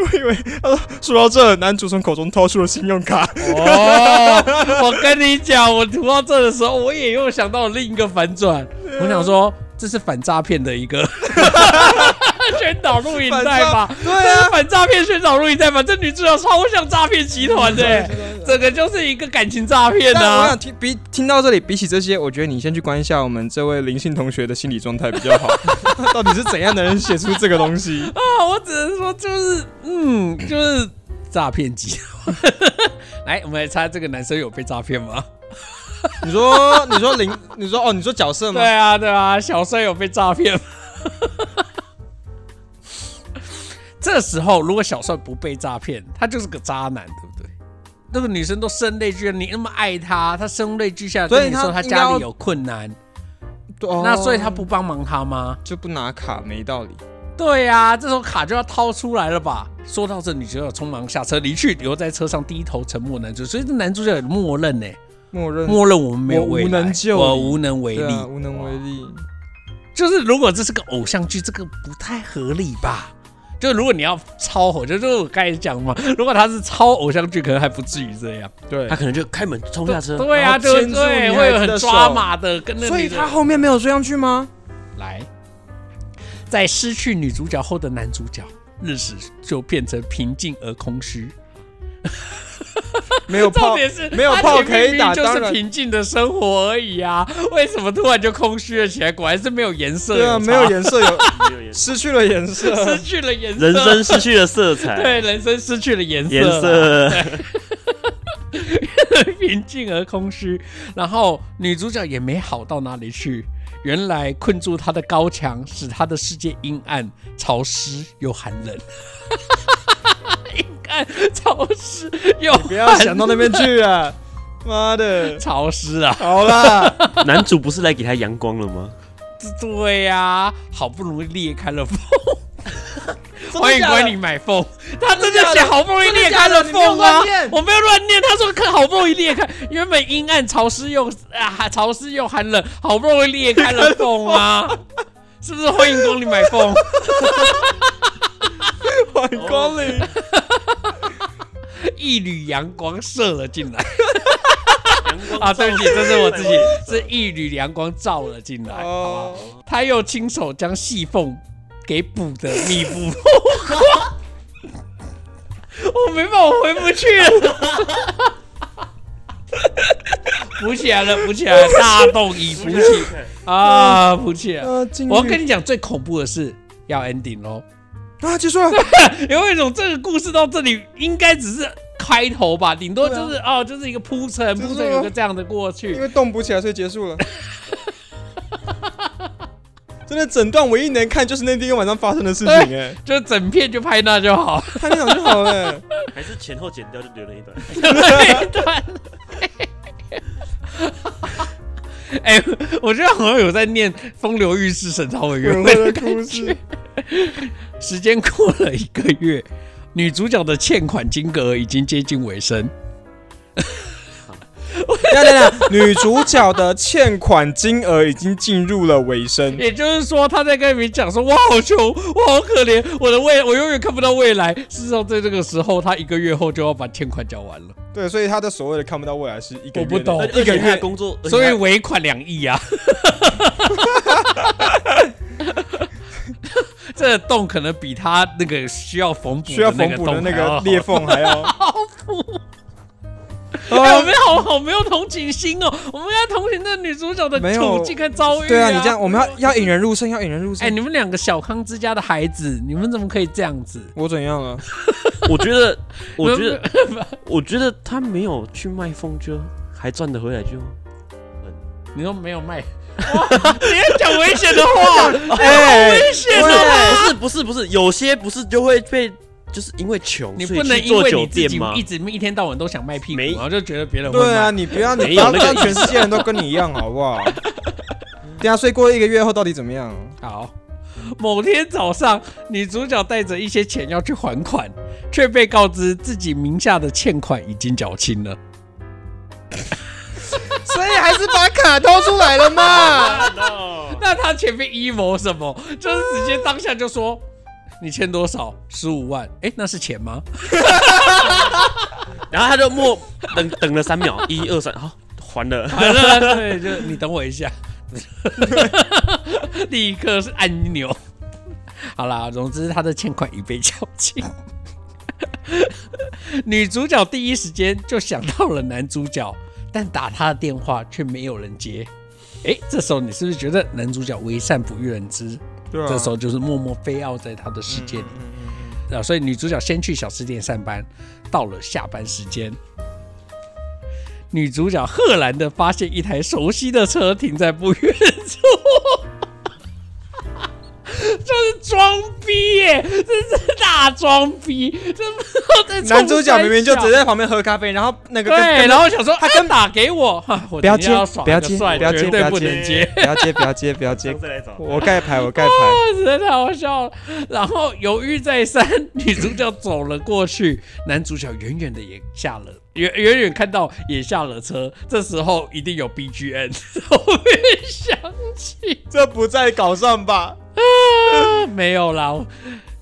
Speaker 2: 说到这，男主从口中掏出了信用卡，
Speaker 1: 哦，我跟你讲，我读到这的时候，我也又想到另一个反转。我想说，这是反诈骗的一个 宣导录影带吧？
Speaker 4: 对
Speaker 1: 这
Speaker 4: 啊
Speaker 1: 是，反诈骗宣导录影带吧？这女主角超像诈骗集团的、欸，这个就是一个感情诈骗啊
Speaker 4: 但我
Speaker 1: 呐、
Speaker 4: 想听比听到这里，比起这些，我觉得你先去关一下我们这位林信同学的心理状态比较好。 到底是怎样的人写出这个东西？
Speaker 1: 啊！我只能说，就是嗯，就是诈骗集团。 来，我们来猜这个男生有被诈骗吗？
Speaker 4: 你说，你说林，你说哦，你说角色吗
Speaker 1: 对？啊，对啊，小帅有被诈骗吗。 这时候，如果小帅不被诈骗，他就是个渣男，对不对？那个女生都声泪俱下，你那么爱他，他声泪俱下
Speaker 4: 所以
Speaker 1: 跟你说
Speaker 4: 他
Speaker 1: 他
Speaker 4: 应该要
Speaker 1: 家里有困难，
Speaker 4: 对哦
Speaker 1: 那所以他不帮忙他吗？
Speaker 4: 就不拿卡，没道理。
Speaker 1: 对呀、这时候卡就要掏出来了吧？说到这，女主角匆忙下车离去，留在车上低头沉默男主，所以这男主角也默认呢、
Speaker 4: 默认
Speaker 1: 默认我们没有
Speaker 4: 嗯我无
Speaker 1: 未来
Speaker 4: 能救
Speaker 1: 我
Speaker 4: 你
Speaker 1: 无能为
Speaker 4: 对
Speaker 1: 力。
Speaker 4: 啊，无能为力。
Speaker 1: 就是如果这是个偶像剧，这个不太合理吧？就如果你要超偶，就就是我刚才讲嘛，如果他是超偶像剧，可能还不至于这样。
Speaker 4: 对
Speaker 3: 他，可能就开门冲下车，
Speaker 1: 对啊，
Speaker 4: 然后牵住
Speaker 1: 对对，
Speaker 4: 女
Speaker 1: 会
Speaker 4: 孩
Speaker 1: 有
Speaker 4: 子
Speaker 1: 很
Speaker 4: 的手
Speaker 1: 抓马的，跟那
Speaker 4: 所以
Speaker 1: 个
Speaker 4: 他后面没有追上去吗？
Speaker 1: 来，在失去女主角后的男主角，日子就变成平静而空虚。
Speaker 2: 没 有
Speaker 1: 重
Speaker 2: 炮，
Speaker 1: 点是
Speaker 2: 没有
Speaker 1: 他
Speaker 2: 炮
Speaker 1: 前
Speaker 2: 可以
Speaker 1: 明明
Speaker 2: 打
Speaker 1: 就
Speaker 2: 当
Speaker 1: 是
Speaker 2: 然
Speaker 1: 平静的生活而已啊，为什么突然就空虚了起来？果然是没有颜色，
Speaker 2: 对啊，
Speaker 1: 差
Speaker 2: 没有 颜色，有
Speaker 3: 没有颜色
Speaker 2: 失去了颜色。
Speaker 1: 失去了颜色，
Speaker 3: 人生失去了色彩，
Speaker 1: 对人生失去了颜色，啊
Speaker 3: 颜色
Speaker 1: 平静而空虚。然后女主角也没好到哪里去，原来困住她的高墙，使她的世界阴暗、潮湿又寒冷。 阴暗、潮湿又
Speaker 2: 不要想到那边去啊！ 妈的，
Speaker 1: 潮湿啊！
Speaker 2: 好啦，
Speaker 3: 男主不是来给他阳光了吗？
Speaker 1: 对呀、好不容易裂开了缝，
Speaker 2: 的
Speaker 1: 欢迎
Speaker 2: 假的
Speaker 1: 光临买缝。他真
Speaker 2: 真
Speaker 1: 的
Speaker 2: 的
Speaker 1: 写
Speaker 2: 假的
Speaker 1: 好不容易裂开了缝啊！我没有乱念，他说看好不容易裂开，原本阴暗潮湿又啊潮湿又寒冷，好不容易裂开了缝啊！ 是不是欢迎光临买缝？
Speaker 2: 欢迎光临。
Speaker 1: 一缕阳光射了进 来
Speaker 3: 阳光
Speaker 1: 啊！对不起，
Speaker 3: 照
Speaker 1: 这是我自己
Speaker 3: 进来，
Speaker 1: 是一缕阳光照了进来。好
Speaker 2: 哦
Speaker 1: 吧，他又亲手将细缝给补的密不透光，我没办法，我回不去了。补起来了，补起来了，啊大洞已补起啊，补起来了。
Speaker 2: 啊，进去
Speaker 1: 我要跟你讲，最恐怖的是要 ending 喽。
Speaker 2: 啊，结束了。
Speaker 1: 有一种这个故事到这里应该只是开头吧，顶多就是、哦，就是一个铺陈，
Speaker 2: 就是
Speaker 1: 铺
Speaker 2: 说
Speaker 1: 陈有个这样的过
Speaker 2: 因
Speaker 1: 去。
Speaker 2: 为动不起来，所以结束了。 真的，整段唯一能看就是那天晚上发生的事情、哎，
Speaker 1: 就整片就拍那就好，
Speaker 2: 看那场就好 了、哎
Speaker 3: 还是前后剪掉就留了一段。
Speaker 1: 那一段。哎、我觉得好像有在念《风流浴室审查委
Speaker 2: 有
Speaker 1: 员
Speaker 2: 人
Speaker 1: 会
Speaker 2: 会》的故事，
Speaker 1: 时间过了一个月，女主角的欠款金额已经接近尾声。
Speaker 2: 等一下等一下，女主角的欠款金额已经进入了尾声。
Speaker 1: 也就是说，他在跟你们讲说：“我好穷，我好可怜，我的未我永远看不到未来。”事实上，在这个时候，他一个月后就要把欠款缴完了，
Speaker 2: 对，所以她的所谓的看不到未来是一
Speaker 1: 我
Speaker 2: 个月
Speaker 1: 不
Speaker 2: 内
Speaker 1: 懂
Speaker 3: 而
Speaker 2: 哦一个
Speaker 3: 而且他的
Speaker 2: 月
Speaker 3: 工作，
Speaker 1: 所以
Speaker 3: 而且
Speaker 1: 尾款两亿 啊。这个洞可能比他那个需要缝补的
Speaker 2: 需要
Speaker 1: 那
Speaker 2: 缝
Speaker 1: 个
Speaker 2: 补的
Speaker 1: 洞
Speaker 2: 那
Speaker 1: 还要
Speaker 2: 个
Speaker 1: 好
Speaker 2: 裂缝还要。
Speaker 1: 哎，我
Speaker 2: 啊
Speaker 1: 们好好没有同情心哦，我们要同情那女主角的
Speaker 2: 没有
Speaker 1: 处境跟遭遇、
Speaker 2: 对啊，你这样，我们要要引人入胜，要引人入
Speaker 1: 哎，
Speaker 2: 胜。
Speaker 1: 你们两个小康之家的孩子，你们怎么可以这样子？
Speaker 2: 我怎样啊了？
Speaker 3: 我觉得，我觉
Speaker 1: 没
Speaker 3: 得，我觉得他没有去卖风就还赚得回来就。
Speaker 1: 你又没有 卖，哇，你要讲危险哦的话，
Speaker 2: 哎、
Speaker 1: 危险哦
Speaker 3: 不
Speaker 1: 的话。
Speaker 3: 是不是不是，有些不是就会被，就是因为穷，
Speaker 1: 你
Speaker 3: 所以
Speaker 1: 不能
Speaker 3: 去
Speaker 1: 因
Speaker 3: 做
Speaker 1: 为
Speaker 3: 酒
Speaker 1: 你自
Speaker 3: 店
Speaker 1: 己
Speaker 3: 吗
Speaker 1: 一？直一天到晚都想卖屁股，
Speaker 3: 没
Speaker 1: 然后就觉得别人会
Speaker 2: 对啊，
Speaker 1: 卖。
Speaker 2: 你不要你
Speaker 3: 没
Speaker 2: 不
Speaker 3: 有
Speaker 2: 要
Speaker 3: 那个
Speaker 2: 让全世界人都跟你一样，好不好？对啊，所以过了一个月后到底怎么样？
Speaker 1: 好，某天早上，女主角带着一些钱要去还款，却被告知自己名下的欠款已经缴清了。
Speaker 2: 所以还是把卡掏出来了嘛。
Speaker 1: 那她前面 emo 什么？就是直接当下就说。你欠多少？十五万？哎、那是钱吗？
Speaker 3: 然后他就默等等了三秒，一二三，好还了。
Speaker 1: 反正对，就你等我一下，立刻是按钮。好啦，总之他的欠款已被缴清。女主角第一时间就想到了男主角，但打他的电话却没有人接。诶，这时候你是不是觉得男主角为善不欲人知？
Speaker 2: 对啊，
Speaker 1: 这时候就是默默飞奥在他的世界里。
Speaker 2: 嗯
Speaker 1: 啊，所以女主角先去小吃店上班，到了下班时间，女主角赫然的发现一台熟悉的车停在不远处。 这是装逼耶！这是大装逼！这不知道在冲
Speaker 2: 男主角明明就
Speaker 1: 三小
Speaker 2: 只在旁边喝咖啡，然后那个跟
Speaker 1: 对，
Speaker 2: 跟
Speaker 1: 然后我想说他跟打给我，哈我
Speaker 2: 不要
Speaker 1: 等一下
Speaker 2: 接
Speaker 1: 爽
Speaker 2: 不要
Speaker 1: 就
Speaker 2: 接
Speaker 1: 算
Speaker 2: 不要
Speaker 1: 绝
Speaker 2: 接
Speaker 1: 对
Speaker 2: 不要
Speaker 1: 不
Speaker 2: 接
Speaker 1: 能接。
Speaker 2: 不要接，不要接，不要接
Speaker 3: 上，次来找
Speaker 2: 我盖牌，我盖牌。
Speaker 1: 实在太好笑了。然后犹豫再三，女主角走了过去，男主角远远的也下了，远远远看到也下了车。这时候一定有 BGM，我没想起
Speaker 2: 这不在搞上吧？
Speaker 1: 啊， 没有啦。我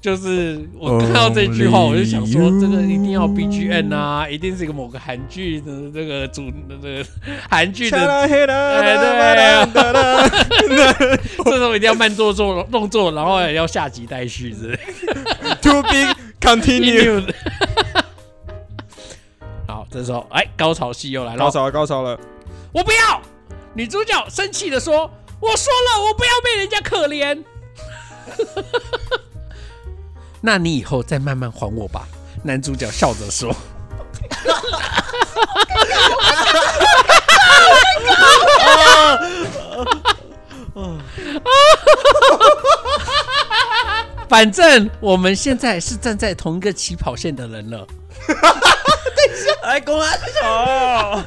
Speaker 1: 就是我看到这句话，我就想说，这个一定要 BGM 啊，一定是一个某个韩剧的这个主这个韩剧的哎
Speaker 2: 对，
Speaker 1: 这时候一定要慢做做动作，然后也要下集待续之类的。
Speaker 2: ，To be continued。
Speaker 1: 好，这时候，哎，高潮戏又来了
Speaker 2: 高。潮了，高潮了！
Speaker 1: 我不要！女主角生气的说：“我说了，我不要被人家可怜。”那你以后再慢慢还我吧。”男主角笑着说。反正我们现在是站在同一个起跑线的人 了。
Speaker 3: 哎，公安哦，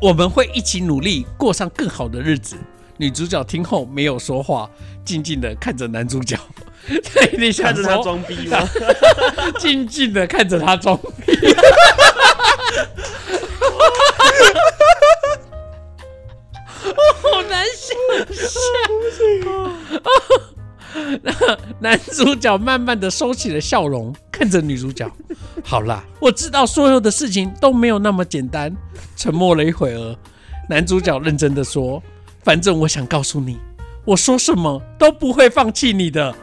Speaker 1: 我们会一起努力，过上更好的日子。女主角听后没有说话，静静的看着男主 角，她一定想
Speaker 3: 看着他
Speaker 1: 说，
Speaker 3: 装逼吗？
Speaker 1: 静静的看着他装逼。好难想象。那男主角慢慢的收起了笑容，看着女主角。 好啦，我知道所有的事情都没有那么简单。沉默了一会儿，男主角认真的说：“反正我想告诉你，我说什么都不会放弃你的。”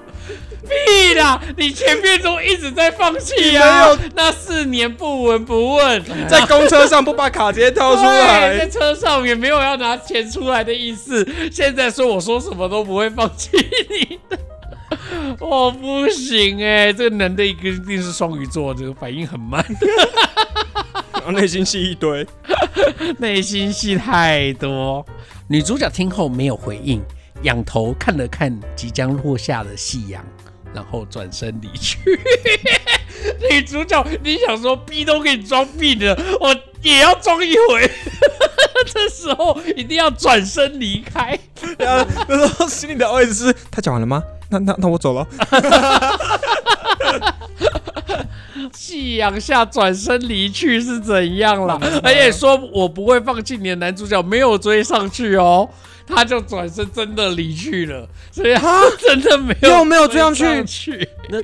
Speaker 1: 屁啦！你前面都一直在放弃
Speaker 2: 你没
Speaker 1: 啊
Speaker 2: 有！
Speaker 1: 那四年不闻不问，
Speaker 2: 在公车上不把卡直接掏 出
Speaker 1: 对在
Speaker 2: 来，
Speaker 1: 车上也没有要拿钱出来的意思。现在说我说什么都不会放弃你的，我、不行哎、这个男的一个一定是双鱼座，这个反应很慢，
Speaker 2: 然后内心戏一堆。
Speaker 1: 内心戏太多。女主角听后没有回应，仰头看了看即将落下的夕阳，然后转身离去。 女主角，你想说逼都给你装逼的，我也要装一回。 这时候一定要转身离开。
Speaker 2: 然后啊那时候心里的 OS 是：他讲完了吗？那那那我 走了。
Speaker 1: 夕阳下转身离去是怎样啦？而且说我不会放弃你的男主角没有追上去哦，他就转身真的离去了，所
Speaker 2: 啊
Speaker 1: 以他 真的没有
Speaker 2: 又没有追上去
Speaker 1: 去，
Speaker 3: 那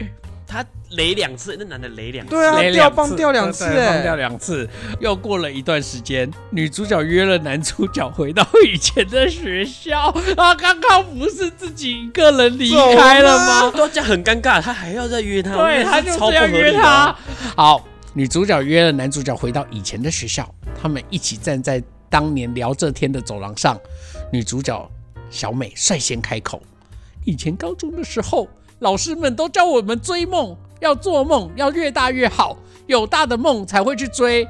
Speaker 3: 他雷两次，那男的雷两次，
Speaker 2: 对啊
Speaker 1: 雷，
Speaker 2: 掉
Speaker 1: 次
Speaker 2: 棒掉两次，
Speaker 1: 对放掉
Speaker 2: 哎，
Speaker 1: 两次。又过了一段时间，女主角约了男主角回到以前的学校，啊，刚刚不是自己一个人离开了吗？
Speaker 3: 啊都这样很尴尬，他还要再约他，
Speaker 1: 对
Speaker 3: 那
Speaker 1: 他就是
Speaker 3: 超不
Speaker 1: 要
Speaker 3: 合理的
Speaker 1: 约他。。好，女主角约了男主角回到以前的学校，他们一起站在当年聊这天的走廊上。女主角小美率先开口：“以前高中的时候，老师们都教我们追梦，要做梦，要越大越好，有大的梦才会去追。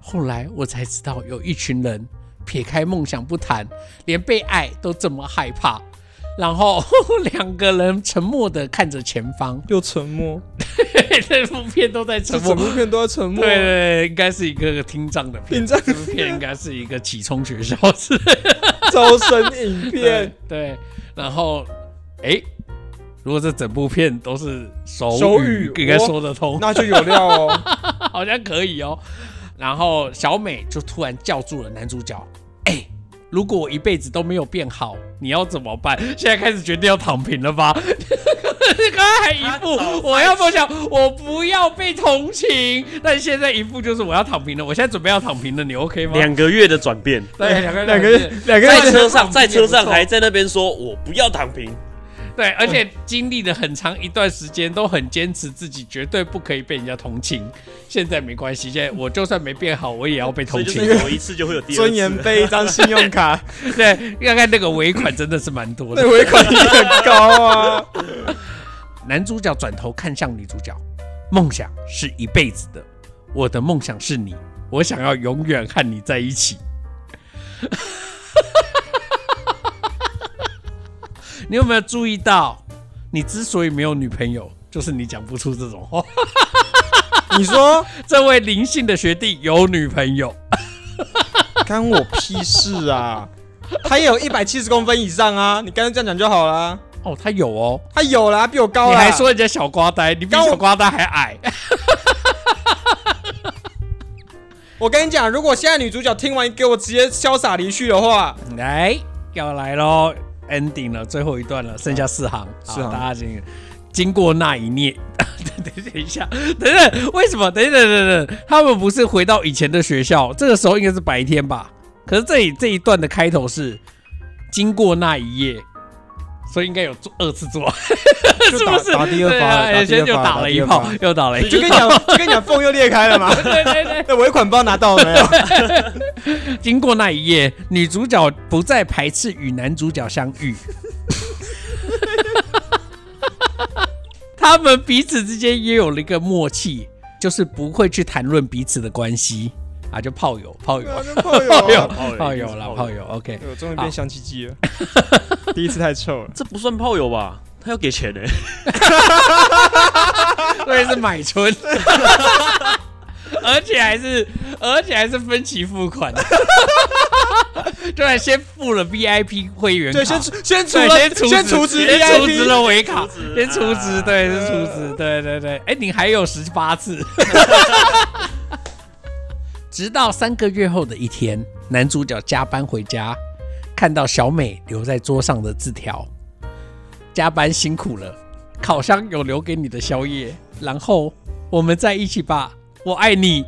Speaker 1: 后来我才知道，有一群人撇开梦想不谈，连被爱都这么害怕。”然后两个人沉默的看着前方，
Speaker 2: 又沉默，
Speaker 1: 这部片都在
Speaker 2: 这
Speaker 1: 沉默
Speaker 2: 整。部片都在沉默。
Speaker 1: 对对对，应该是一个听障的片，
Speaker 2: 屏障
Speaker 1: 这部片应该是一个启聪学校是
Speaker 2: 招生影片
Speaker 1: 对，对，然后哎，如果这整部片都是手
Speaker 2: 手
Speaker 1: 语
Speaker 2: 语，
Speaker 1: 应该
Speaker 2: 我
Speaker 1: 说得通，
Speaker 2: 那就有料 哦。
Speaker 1: 好像可以哦。然后小美就突然叫住了男主角，哎、如果我一辈子都没有变好，你要怎么办？现在开始决定要躺平了吧？ 刚刚还一
Speaker 3: 他早
Speaker 1: 副我要不想，我不要被同情，但现在一副就是我要躺平了，我现在准备要躺平了，你 OK 吗？
Speaker 3: 两个月的转变，
Speaker 1: 对，两个
Speaker 2: 两个两个
Speaker 3: 在
Speaker 2: 人
Speaker 3: 车上，在车上
Speaker 1: 不错
Speaker 3: 还在那边说我不要躺平，
Speaker 1: 对，而且经历了很长一段时间，都很坚持自己绝对不可以被人家同情。现在没关系，现在我就算没变好，我也要被
Speaker 3: 所
Speaker 1: 同
Speaker 3: 以就
Speaker 1: 情
Speaker 3: 是。有一次就会有第二次。
Speaker 2: 尊严背一张信 用卡，
Speaker 1: 对，要看那个尾款真的是蛮多的
Speaker 2: 对。尾款也很高啊。
Speaker 1: 男主角转头看向女主角，梦想是一辈子的，我的梦想是你，我想要永远和你在一起。 你有没有注意到，你之所以没有女朋友，就是你讲不出这种话。
Speaker 2: 你说
Speaker 1: 这位灵性的学弟有女朋友，
Speaker 2: 干我屁事啊？他也有一百七十公分以上啊，你干脆这样讲就好啦。
Speaker 1: 哦，他有哦。
Speaker 2: 他有啦，比我高
Speaker 1: 你
Speaker 2: 啦。
Speaker 1: 还说人家小瓜呆，你比
Speaker 2: 高
Speaker 1: 小瓜呆还矮。
Speaker 2: 我跟你讲，如果现在女主角听完给我直接潇洒离去的话，
Speaker 1: 来，哎要来喽，ending 了，最后一段了，剩下四行，
Speaker 2: 四
Speaker 1: 好
Speaker 2: 行
Speaker 1: 大家经经过那一念。 等等一下，等等，为什么？等等等等，他们不是回到以前的学校？这个时候应该是白天吧？可是这里这一段的开头是经过那一夜，所以应该有做二次做爱，
Speaker 4: 就打
Speaker 1: 是不是
Speaker 4: 打第二
Speaker 1: 对
Speaker 4: 发
Speaker 1: 啊，
Speaker 4: 了，打第
Speaker 1: 先
Speaker 4: 二
Speaker 1: 就
Speaker 4: 发
Speaker 1: 打了一
Speaker 4: 第二
Speaker 1: 炮
Speaker 4: 发，
Speaker 1: 又打了一炮，
Speaker 2: 就跟 你讲，就跟你讲，缝又裂开了嘛。
Speaker 1: 对对对。
Speaker 2: 那尾款不知道拿到了没有？
Speaker 1: 经过那一夜，女主角不再排斥与男主角相遇， 他们彼此之间也有了一个默契，就是不会去谈论彼此的关系啊，就炮友，炮友，
Speaker 2: 炮
Speaker 3: 哎
Speaker 1: 友，
Speaker 2: 友，
Speaker 1: 炮友啦，炮友，OK。
Speaker 4: 我终于
Speaker 1: 好
Speaker 4: 变香鸡鸡了，
Speaker 2: 第一次太臭了。
Speaker 3: 这不算炮友吧？他要给钱呢、
Speaker 1: 所以是买春， 而且还是而且还是分期付款， 就还先付了 VIP 会员卡，
Speaker 2: 对，先除先除
Speaker 1: 对
Speaker 2: 了
Speaker 1: 先除
Speaker 2: 先除职
Speaker 1: 先除职
Speaker 2: VIP，
Speaker 1: 了维卡
Speaker 3: 除职，
Speaker 1: 先除职，
Speaker 3: 啊
Speaker 2: 哎
Speaker 1: 对，是除职，对对对。哎，你还有十八次， 直到三个月后的一天，男主角加班回家，看到小美留在桌上的字条：“加班辛苦了，烤箱有留给你的宵夜，然后我们在一起吧，我爱你。”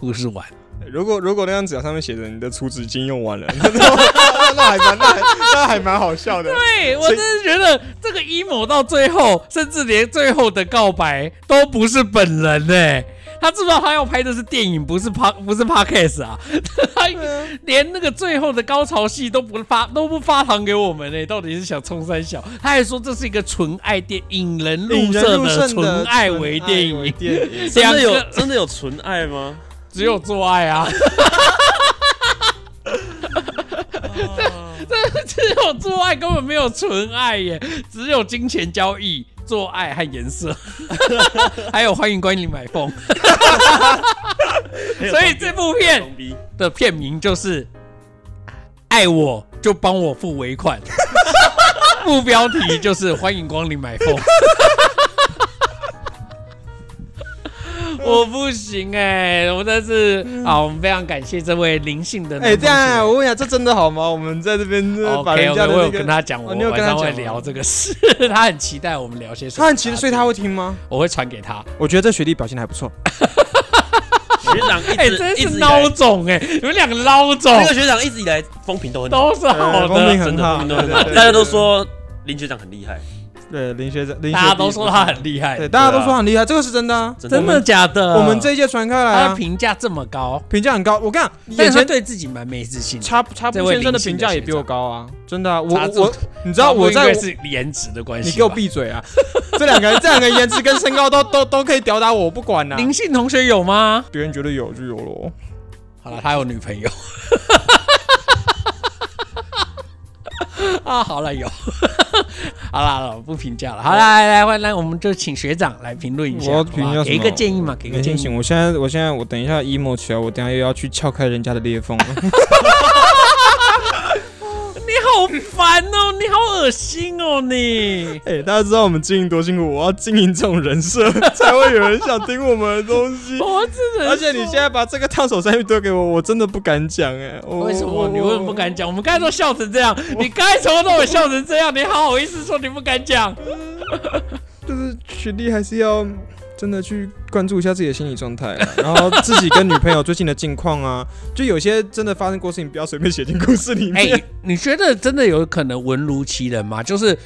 Speaker 1: 故事完。
Speaker 4: 如果如
Speaker 2: 如
Speaker 4: 果
Speaker 2: 果那张纸上面写着你的除纸巾用完了， 那那还蛮那还那还蛮好笑的。
Speaker 1: 对我
Speaker 2: 所以
Speaker 1: 真的觉得这个 emo 到最后，甚至连最后的告白都不是本人呢、欸他知不知道他要拍的是电影，不是 p 不是 podcast 啊？ 他连那个最后的高潮戏都不发都不发糖给我们呢、到底是想冲三小？他还说这是一个纯爱电，引人入
Speaker 2: 引人
Speaker 1: 胜
Speaker 2: 入
Speaker 1: 的
Speaker 2: 胜
Speaker 1: 纯
Speaker 2: 的
Speaker 1: 爱为
Speaker 2: 纯
Speaker 1: 电
Speaker 2: 为
Speaker 1: 影，
Speaker 2: 电影，
Speaker 3: 真的
Speaker 1: 两
Speaker 3: 有
Speaker 1: 个
Speaker 3: 真的有纯爱吗？
Speaker 1: 只有做爱啊！这这只有做爱，根本没有纯爱耶，只有金钱交易、做爱和颜色， 还有欢迎光临买风
Speaker 3: 还有
Speaker 1: 所以
Speaker 3: 装逼
Speaker 1: 这部片
Speaker 3: 装逼
Speaker 1: 的片名就是《爱我就帮我付尾款》， 副标题就是欢迎光临买风。我不行哎、我真是啊，我们非常感谢这位灵性的男
Speaker 2: 哎，
Speaker 1: 同学。
Speaker 2: 这样我问一下，这真的好吗？我们在这边就是把
Speaker 1: OK
Speaker 2: 人
Speaker 1: OK，
Speaker 2: 家的
Speaker 1: 我
Speaker 2: 那
Speaker 1: 有跟
Speaker 2: 个，
Speaker 1: 他讲，我
Speaker 2: 哦你有
Speaker 1: 晚
Speaker 2: 跟他
Speaker 1: 上会
Speaker 2: 讲
Speaker 1: 聊这个事， 他很期待我们聊些什么。
Speaker 2: 他很奇，所以他会听吗？
Speaker 1: 我会传给他。
Speaker 2: 我觉得这学弟表现还不错。
Speaker 3: 学长一直、
Speaker 1: 哎，真
Speaker 3: 一
Speaker 1: 是
Speaker 3: 直以来
Speaker 1: 孬种哎，你们两个孬种
Speaker 3: 那个学长一直以来风评都很好，
Speaker 1: 都是好
Speaker 2: 呃公平
Speaker 1: 的，
Speaker 2: 很
Speaker 3: 真的
Speaker 2: 好
Speaker 3: 风评都很
Speaker 2: 对
Speaker 3: 好，
Speaker 2: 对对
Speaker 3: 大家都说林学长很厉害，
Speaker 2: 对，林学长，林学
Speaker 1: 大家
Speaker 2: 弟
Speaker 1: 都说他很厉害
Speaker 2: 对，，大家都
Speaker 3: 对啊
Speaker 2: 说他很厉害，这个是真的啊。
Speaker 1: 真的假的？
Speaker 2: 我们这一届传开来
Speaker 1: 他的
Speaker 2: 啊，
Speaker 1: 评价这么高，
Speaker 2: 评价很高。我跟你讲，
Speaker 1: 但
Speaker 2: 眼
Speaker 1: 是他
Speaker 2: 前
Speaker 1: 对自己蛮没自信的。
Speaker 2: 插插
Speaker 1: 这
Speaker 2: 布
Speaker 1: 位
Speaker 2: 先生的
Speaker 1: 林姓
Speaker 2: 评
Speaker 1: 的
Speaker 2: 价也
Speaker 1: 学
Speaker 2: 比我
Speaker 1: 长
Speaker 2: 高啊，真的啊。我
Speaker 1: 插
Speaker 2: 我
Speaker 1: 住
Speaker 2: 我，你知道我
Speaker 1: 不
Speaker 2: 在
Speaker 1: 应该是颜值的关系吧，
Speaker 2: 你给我闭嘴 啊！这两个人，这两个颜值跟身高都都都可以吊打我，我不管啊呐、
Speaker 1: 林信同学有吗？
Speaker 2: 别人觉得有就有咯。
Speaker 1: 好了，他有女朋友。 啊，好了，有， 好了，好了不评价了。好了，来来，来来，我们就请学长来评论一下，
Speaker 4: 我要
Speaker 1: 好不好
Speaker 4: 评价什么
Speaker 1: 给一个建议嘛，给一个
Speaker 4: 没
Speaker 1: 建
Speaker 4: 天
Speaker 1: 议。
Speaker 4: 行，我现在我现在我等一下 emo 起来，我等一下又要去撬开人家的裂缝了。
Speaker 1: 你好烦哦，你好恶心哦，你。
Speaker 2: 哎、大家知道我们经营多辛苦，我要经营这种人设，才会有人想听我们的东西。
Speaker 1: 我真的，
Speaker 2: 而且你现在把这个烫手山芋丢给我，我真的不敢讲哎、 我
Speaker 1: 为什么
Speaker 2: 我
Speaker 1: 你为什么不敢讲？我们刚才都笑成这样，你刚才从头到尾笑成这样，你好好意思说你不敢讲？
Speaker 2: 就是学弟还是要真的去关注一下自己的心理状态啊，然后自己跟女朋友最近的近况啊， 就有些真的发生过事情，不要随便写进故事里面。
Speaker 1: 哎、你觉得真的有可能文如其人吗？就是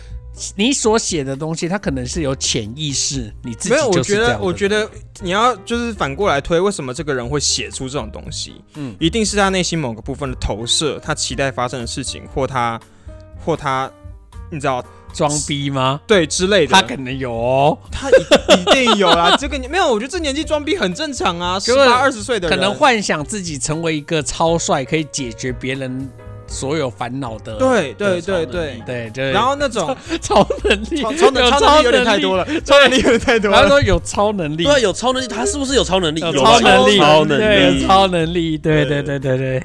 Speaker 1: 你所写的东西，它可能是有潜意识，你自己
Speaker 2: 没有，我
Speaker 1: 就是
Speaker 2: 觉
Speaker 1: 这样
Speaker 2: 得，
Speaker 1: 的
Speaker 2: 我觉得你要就是反过来推，为什么这个人会写出这种东西？
Speaker 1: 嗯
Speaker 2: 嗯，一定是他内心某个部分的投射，他期待发生的事情，或他，或他，你知道，
Speaker 1: 装逼吗？
Speaker 2: 对之类的。
Speaker 1: 他可能有、哦，
Speaker 2: 他一一定 有啦，这个你没有，我觉得这年纪装逼很正常啊，
Speaker 1: 就
Speaker 2: 十
Speaker 1: 是
Speaker 2: 八二十岁的
Speaker 1: 可
Speaker 2: 人
Speaker 1: 能幻想自己成为一个超帅，可以解决别人所有烦恼的。
Speaker 2: 对对
Speaker 3: 超能
Speaker 2: 对
Speaker 3: 力
Speaker 2: 对，
Speaker 1: 对对，
Speaker 2: 然后那种
Speaker 1: 超能力，
Speaker 2: 超超能
Speaker 1: 有
Speaker 2: 超能力有点太多
Speaker 1: 了。
Speaker 2: 了，超能力有点太多
Speaker 1: 然后
Speaker 2: 了。
Speaker 1: 说有超能力
Speaker 3: 对，啊，有超能力，他是不是有超能力？
Speaker 1: 有
Speaker 3: 吧
Speaker 1: 超能力，
Speaker 3: 超能
Speaker 1: 对，
Speaker 3: 力，
Speaker 1: 有超能力，对对对对对。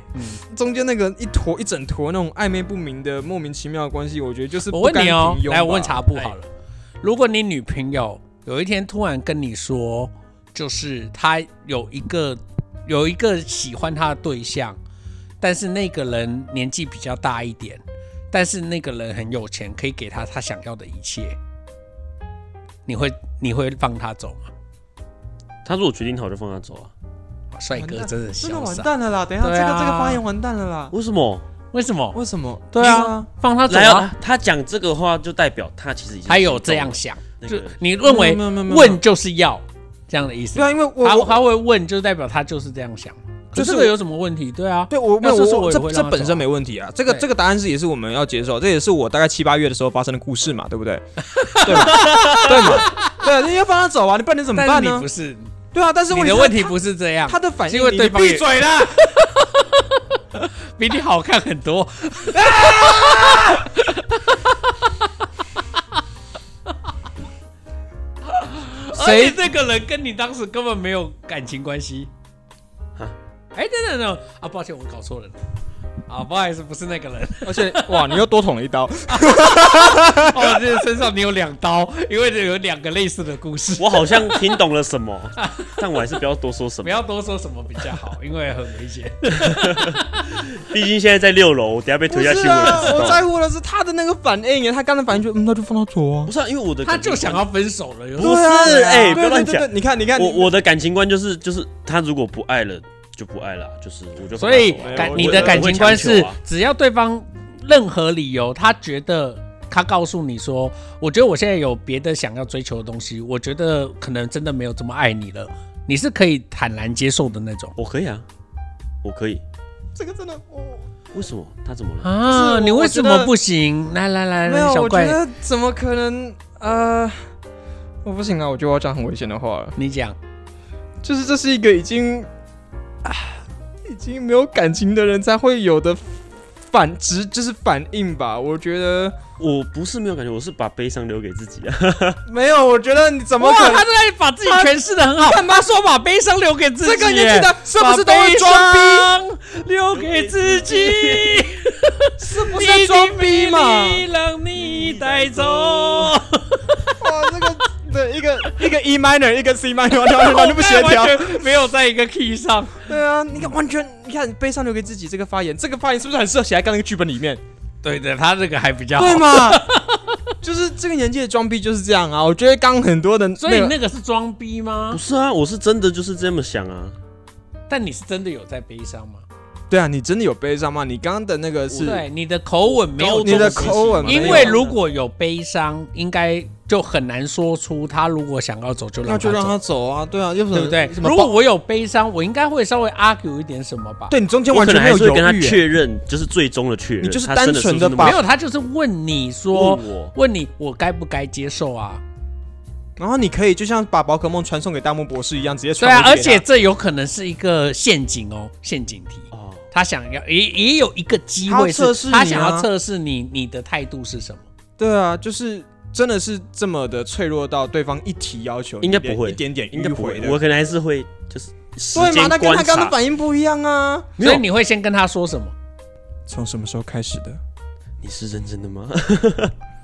Speaker 2: 中间那个一坨一整坨那种暧昧不明的莫名其妙的关系，我觉得就是
Speaker 1: 我
Speaker 2: 不
Speaker 1: 问
Speaker 2: 甘
Speaker 1: 你哦
Speaker 2: 平，庸
Speaker 1: 来，我
Speaker 2: 吧
Speaker 1: 问茶布好了，
Speaker 3: 哎
Speaker 1: 如果你女朋友有一天突然跟你说，就是她有一个有一个喜欢她的对象，但是那个人年纪比较大一点，但是那个人很有钱，可以给她她想要的一切，你会你会放他走吗？
Speaker 3: 他如果决定好就放他走啊？
Speaker 1: 哇帅哥
Speaker 2: 完蛋
Speaker 1: 真的
Speaker 2: 真的
Speaker 1: 潇
Speaker 2: 完
Speaker 1: 洒，
Speaker 2: 蛋了啦！等一下，
Speaker 1: 对
Speaker 2: 这
Speaker 1: 啊
Speaker 2: 个这个发言完蛋了啦！
Speaker 3: 为什么？
Speaker 1: 为什么？
Speaker 2: 为什么？
Speaker 1: 对
Speaker 2: 是
Speaker 1: 啊
Speaker 2: 吗，，
Speaker 1: 放他走
Speaker 3: 来
Speaker 1: 啊
Speaker 3: 啊，！他讲这个话就代表他其实已经
Speaker 1: 他有
Speaker 3: 行动
Speaker 1: 这样
Speaker 3: 了
Speaker 1: 想，
Speaker 3: 那
Speaker 1: 就
Speaker 3: 个
Speaker 1: 你认为
Speaker 2: 没有没有没有没有
Speaker 1: 问就是要这样的意思
Speaker 2: 对。啊，因为我
Speaker 1: 他
Speaker 2: 我
Speaker 1: 他会问，就代表他就是这样想。可
Speaker 2: 就是
Speaker 1: 这个有什么问题？对啊，
Speaker 2: 对我没
Speaker 1: 要
Speaker 2: 有
Speaker 1: 是是我
Speaker 2: 我
Speaker 1: 也
Speaker 2: 这
Speaker 1: 会让
Speaker 2: 这
Speaker 1: 他
Speaker 2: 本
Speaker 1: 走啊
Speaker 2: 身没问题啊，这个
Speaker 1: 对
Speaker 2: 这个答案是也是我们要接受，这也是我大概七八月的时候发生的故事嘛，对不对？ 对嘛对嘛？对，你要放他走啊，你不然你怎么
Speaker 1: 但
Speaker 2: 办
Speaker 1: 是你
Speaker 2: 呢
Speaker 1: 不？是
Speaker 2: 对啊，但是
Speaker 1: 你
Speaker 2: 问题
Speaker 1: 的
Speaker 2: 是
Speaker 1: 问题
Speaker 2: 他
Speaker 1: 不是这样，
Speaker 2: 他的反
Speaker 1: 是
Speaker 2: 应，
Speaker 1: 因为
Speaker 2: 你
Speaker 1: 对
Speaker 2: 你
Speaker 1: 方也
Speaker 2: 闭嘴啦！
Speaker 1: 比你好看很 多。
Speaker 2: 谁
Speaker 1: 谁这个人跟你当时根本没有感情关系
Speaker 3: 哈？
Speaker 1: 哎，等等等啊，抱歉，我搞错人了。啊，不好意思，不是那个人。
Speaker 4: 而且哇，你又多捅了一 刀，
Speaker 1: 哦，这个身上你有两刀，因为这有两个类似的故事。
Speaker 3: 我好像听懂了 什么，但我还是不要多说什
Speaker 1: 不
Speaker 3: 么。
Speaker 1: 要多说什么比较好，因为很危险。
Speaker 3: 毕竟现在在六楼，我等下被
Speaker 2: 不
Speaker 3: 推下
Speaker 2: 是
Speaker 3: 新闻
Speaker 2: 啊，
Speaker 3: 知
Speaker 2: 我
Speaker 3: 道。
Speaker 2: 在乎的是他的那个反应耶，他刚才反应就嗯，那就放他走啊
Speaker 3: 不。是、啊，因为我的
Speaker 1: 他
Speaker 3: 感情
Speaker 1: 就想
Speaker 3: 观，
Speaker 1: 要分手了，有
Speaker 3: 不是
Speaker 2: 对啊
Speaker 3: 哎不
Speaker 2: 对对
Speaker 3: 要乱
Speaker 2: 对
Speaker 3: 讲
Speaker 2: 对你看你看，
Speaker 3: 我
Speaker 2: 你
Speaker 3: 我的感情观就是就是他如果不爱了就不爱了，就是我就
Speaker 1: 所以
Speaker 3: 分手啊
Speaker 1: 感
Speaker 3: 我
Speaker 1: 你
Speaker 3: 我
Speaker 1: 的
Speaker 3: 我
Speaker 1: 感
Speaker 3: 会
Speaker 1: 情观
Speaker 3: 强
Speaker 1: 是
Speaker 3: 求啊，
Speaker 1: 只要对方任何理由，他觉得他告诉你说，我觉得我现在有别的想要追求的东西，我觉得可能真的没有这么爱你了，你是可以坦然接受的那种
Speaker 3: 我可以啊，我可以。
Speaker 2: 这个真的哦。
Speaker 3: 为什么他怎么了？
Speaker 1: 啊
Speaker 2: 我
Speaker 1: 你为什
Speaker 2: 我觉
Speaker 1: 么
Speaker 2: 得
Speaker 1: 不行？来来来，
Speaker 2: 没有，
Speaker 1: 小
Speaker 2: 我觉
Speaker 1: 怪，
Speaker 2: 得怎么可能？呃，
Speaker 4: 我不行啊，我觉得我要讲很危险的话了，
Speaker 1: 你讲，
Speaker 2: 就是这是一个已经啊，已经没有感情的人才会有的反直，就是反应吧。我觉得
Speaker 3: 我不是没有感觉，我是把悲伤留给自己啊。
Speaker 2: 没有，我觉得你怎么
Speaker 1: 哇，
Speaker 2: 可
Speaker 1: 他
Speaker 2: 能？
Speaker 1: 这里把自己
Speaker 2: 他
Speaker 1: 诠释的很好，他说把悲伤留给自己耶，
Speaker 2: 这个年纪的是不是都会装逼？
Speaker 1: 装逼？留给自己，
Speaker 2: 是不是在装逼嘛？
Speaker 1: 你让你带 走。
Speaker 2: 哇，这个对一个一个 E minor，一个 C minor，完全完全哦完全不协调。，
Speaker 1: 哎没有在一个 key 上。
Speaker 2: 对啊，你看完全，你看悲伤留给自己这个发言，这个发言是不是很适合写在刚刚那个剧本里面？
Speaker 1: 对对，他这个还比较
Speaker 2: 对
Speaker 1: 好。
Speaker 2: 嘛？就是这个年纪的装逼就是这样啊。我觉得刚很多的那个，
Speaker 1: 所以那个是装逼吗
Speaker 3: 不？是啊，我是真的就是这么想啊。
Speaker 1: 但你是真的有在悲伤吗？
Speaker 2: 对啊，你真的有悲伤吗？你刚刚的那个是
Speaker 1: 对，你的口吻没有
Speaker 3: 高中
Speaker 2: 你的
Speaker 3: 时期
Speaker 2: 口吻啊
Speaker 3: 嘛
Speaker 1: 因
Speaker 2: 没
Speaker 1: 为
Speaker 2: 有
Speaker 1: 如果有悲伤，应该就很难说出他如果想要走就
Speaker 2: 那
Speaker 1: 让
Speaker 2: 就让他
Speaker 1: 他走，
Speaker 2: 走啊，对啊，又不
Speaker 1: 对不对？
Speaker 2: 什么
Speaker 1: 如
Speaker 2: 抱
Speaker 1: 果我有悲伤，我应该会稍微 argue 一点什么吧？
Speaker 2: 对你中间
Speaker 3: 我
Speaker 2: 完
Speaker 3: 可
Speaker 2: 全没
Speaker 3: 能还
Speaker 2: 有啊
Speaker 3: 是会
Speaker 2: 犹
Speaker 3: 跟他
Speaker 2: 豫
Speaker 1: 欸
Speaker 2: 耶，
Speaker 3: 确认，就是最终的确认。
Speaker 2: 你就是
Speaker 3: 他真
Speaker 2: 单纯
Speaker 3: 是不是
Speaker 2: 地
Speaker 3: 那么
Speaker 2: 把
Speaker 1: 没有，他就是问你说，
Speaker 3: 问我
Speaker 1: 问你我该不该接受啊？
Speaker 2: 然后你可以就像把宝可梦传送给大木博士一样，直接
Speaker 1: 对
Speaker 2: 传
Speaker 1: 啊，
Speaker 2: 回
Speaker 1: 而
Speaker 2: 去给
Speaker 1: 且
Speaker 2: 他
Speaker 1: 这有可能是一个陷阱哦，陷阱题。
Speaker 3: 哦，
Speaker 1: 他想要也也有一个机会
Speaker 2: 他要测
Speaker 1: 是
Speaker 2: 试，
Speaker 1: 他
Speaker 2: 你
Speaker 1: 想
Speaker 2: 啊
Speaker 1: 要测试你你的态度是什么。
Speaker 2: 对啊，就是真的是这么的脆弱到对方一提要求，
Speaker 3: 应该
Speaker 2: 你连
Speaker 3: 不会
Speaker 2: 一点点
Speaker 3: 应该
Speaker 2: 迂
Speaker 3: 不
Speaker 2: 回
Speaker 3: 会，
Speaker 2: 的
Speaker 3: 我。可能还是会就是时
Speaker 2: 对嘛？
Speaker 3: 间
Speaker 2: 那跟
Speaker 3: 观
Speaker 2: 他刚刚的
Speaker 3: 察。
Speaker 2: 反应不一样啊！
Speaker 1: 所以你会先跟他说什么？
Speaker 2: 从什么时候开始的？
Speaker 3: 你是认真的 吗？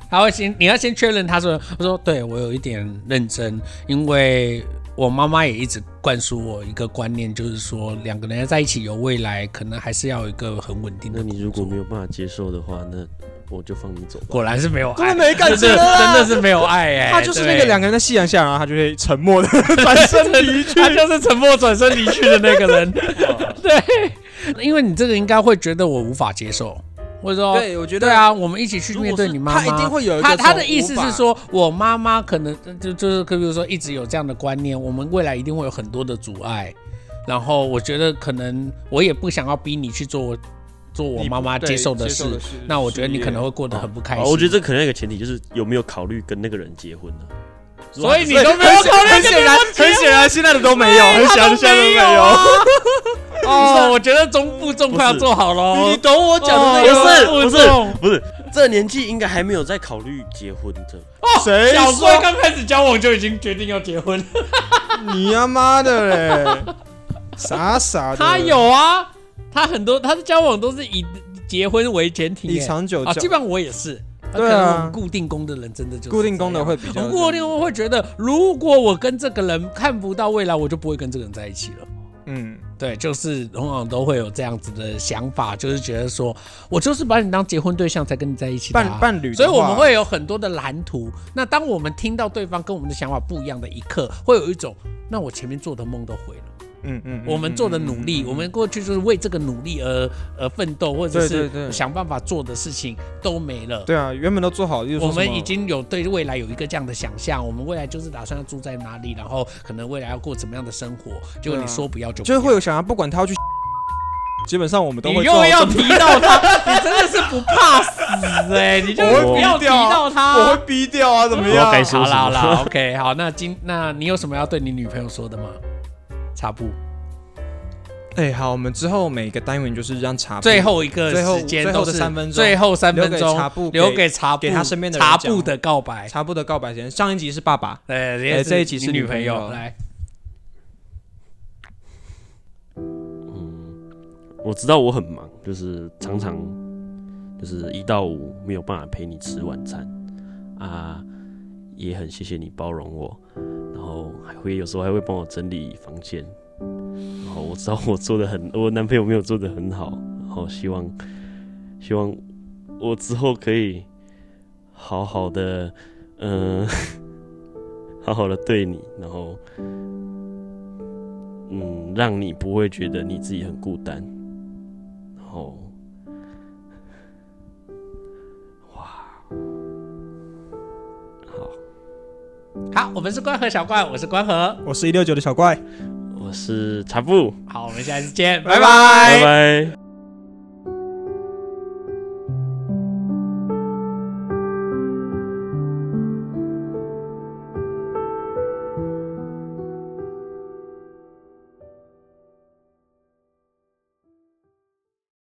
Speaker 1: 他会先你要先确认他说，我说对我有一点认真，因为我妈妈也一直灌输我一个观念，就是说两个人要在一起有未来，可能还是要有一个很稳定的。
Speaker 3: 那你如果没有办法接受的话，那我就放你 走吧。
Speaker 1: 果然是没有
Speaker 2: 真
Speaker 1: 爱
Speaker 2: 的，没感
Speaker 1: 哎真
Speaker 2: 情
Speaker 1: 的
Speaker 2: 了
Speaker 1: 真
Speaker 2: 啊，
Speaker 1: 的是没有爱哎、
Speaker 2: 他就是那个
Speaker 1: 对
Speaker 2: 两个人在夕阳下，然后他就会沉默的转身离去。
Speaker 1: 他就是沉默转身离去的那个 人。对，因为你这个应该会觉得我无法接受，或者 说，
Speaker 2: 对，我觉得
Speaker 1: 对啊，我们一起去面对你妈妈，
Speaker 2: 他一定会有一个
Speaker 1: 他他的
Speaker 2: 从
Speaker 1: 意思
Speaker 2: 无法
Speaker 1: 是说，我妈妈可能就就是，比如说一直有这样的观念，我们未来一定会有很多的阻碍。然后我觉得可能我也不想要逼你去做做我
Speaker 2: 你
Speaker 1: 妈妈
Speaker 2: 对
Speaker 1: 接受的事，那我觉得你可能会过得很不开心。
Speaker 3: 哦我觉得这可能有个前提就是有没有考虑跟那个人结婚呢、
Speaker 1: 所以你
Speaker 2: 对
Speaker 1: 都没有
Speaker 2: 很显
Speaker 1: 考虑
Speaker 2: 很
Speaker 1: 这个
Speaker 2: 显然，很显然现在的都没有，很显然现在的都没有。
Speaker 1: 啊 哦，我觉得中部重快要
Speaker 3: 不是
Speaker 1: 做好了哦，
Speaker 2: 懂我
Speaker 1: 哦
Speaker 3: 不是
Speaker 1: 不
Speaker 3: 不
Speaker 1: 是
Speaker 3: 是不是，这年纪应该还没有在考虑结婚的。
Speaker 2: 谁
Speaker 1: 小
Speaker 2: 说
Speaker 1: 龟刚开始交往就已经决定要结婚了，
Speaker 2: 你他妈的嘞？傻傻的，
Speaker 1: 他有啊，他很多他的交往都是以结婚为前提耶，
Speaker 2: 以长久
Speaker 1: 啊，
Speaker 2: 交
Speaker 1: 基本上我也是，可
Speaker 2: 对啊
Speaker 1: 能我们固定工的人真的就是
Speaker 2: 固定工的会比
Speaker 1: 这
Speaker 2: 较
Speaker 1: 样，我固定工会觉得，如果我跟这个人看不到未来，我就不会跟这个人在一起了。
Speaker 2: 嗯，
Speaker 1: 对，就是往往都会有这样子的想法，就是觉得说我就是把你当结婚对象才跟你在一起的啊、
Speaker 2: 伴伴侣的
Speaker 1: 所
Speaker 2: 话，
Speaker 1: 以我们会有很多的蓝图。那当我们听到对方跟我们的想法不一样的一刻，会有一种那我前面做的梦都毁了。
Speaker 2: 嗯嗯，嗯
Speaker 1: 我们做的努力，我们过去就是为这个努力而而奋斗，或者
Speaker 2: 对对
Speaker 1: 是
Speaker 2: 对
Speaker 1: 想办法做的事情都没了。
Speaker 2: 对啊，原本都做好，就是说
Speaker 1: 我们
Speaker 2: 什么
Speaker 1: 已经有对未来有一个这样的想象，我们未来就是打算要住在哪里，然后可能未来要过怎么样的生活。结果
Speaker 2: 对啊
Speaker 1: 你说不要就不
Speaker 2: 就是会
Speaker 1: 要
Speaker 2: 有想要，不管他要去， 基本上我们都
Speaker 1: 你
Speaker 2: 会
Speaker 1: 又
Speaker 2: 做好
Speaker 1: 要
Speaker 2: 准备
Speaker 1: 提到他，你真的是不怕死哎、你就
Speaker 2: 我
Speaker 1: 是
Speaker 2: 会
Speaker 1: 不要提
Speaker 2: 逼掉啊
Speaker 1: 到他。
Speaker 2: 我会逼掉啊，怎么
Speaker 3: 我要
Speaker 2: 样？
Speaker 3: 该说
Speaker 1: 好
Speaker 3: 什
Speaker 1: 啦好
Speaker 3: 么
Speaker 1: 啦，OK，好，那今那你有什么要对你女朋友说的吗？茶布，
Speaker 4: 哎、好，
Speaker 2: 我们之后每个单元就是让茶
Speaker 1: 最后一个
Speaker 2: 最后
Speaker 1: 时间
Speaker 2: 最后
Speaker 1: 都
Speaker 2: 的
Speaker 1: 是
Speaker 2: 三分钟
Speaker 1: 最后三分
Speaker 2: 留给
Speaker 1: 钟
Speaker 2: 茶布
Speaker 1: 留给茶布
Speaker 2: 给他身边的人
Speaker 1: 茶
Speaker 2: 讲
Speaker 1: 布的告白。
Speaker 2: 茶布的告白时间，上一集是爸爸，
Speaker 1: 呃，
Speaker 2: 哎
Speaker 1: 也
Speaker 2: 这一集
Speaker 1: 你
Speaker 2: 是
Speaker 1: 女
Speaker 2: 女
Speaker 1: 朋
Speaker 2: 朋
Speaker 1: 友
Speaker 2: 友
Speaker 1: 来，
Speaker 3: 我知道我很忙，就是常常就是一到五没有办法陪你吃晚餐啊，也很谢谢你包容我，然后还会有时候还会帮我整理房间，然后我知道我做的很， 我男朋友没有做的很好，然后希望希望我之后可以好好的，嗯、 好好的对你，然后。嗯，让你不会觉得你自己很孤单。然后，哇，好，
Speaker 1: 好，我们是关河小怪，我是关河，
Speaker 2: 我是一六九的小怪，
Speaker 3: 我是茶布，
Speaker 1: 好，我们下次见，拜
Speaker 2: 拜
Speaker 1: 拜。
Speaker 2: 拜
Speaker 3: 拜。拜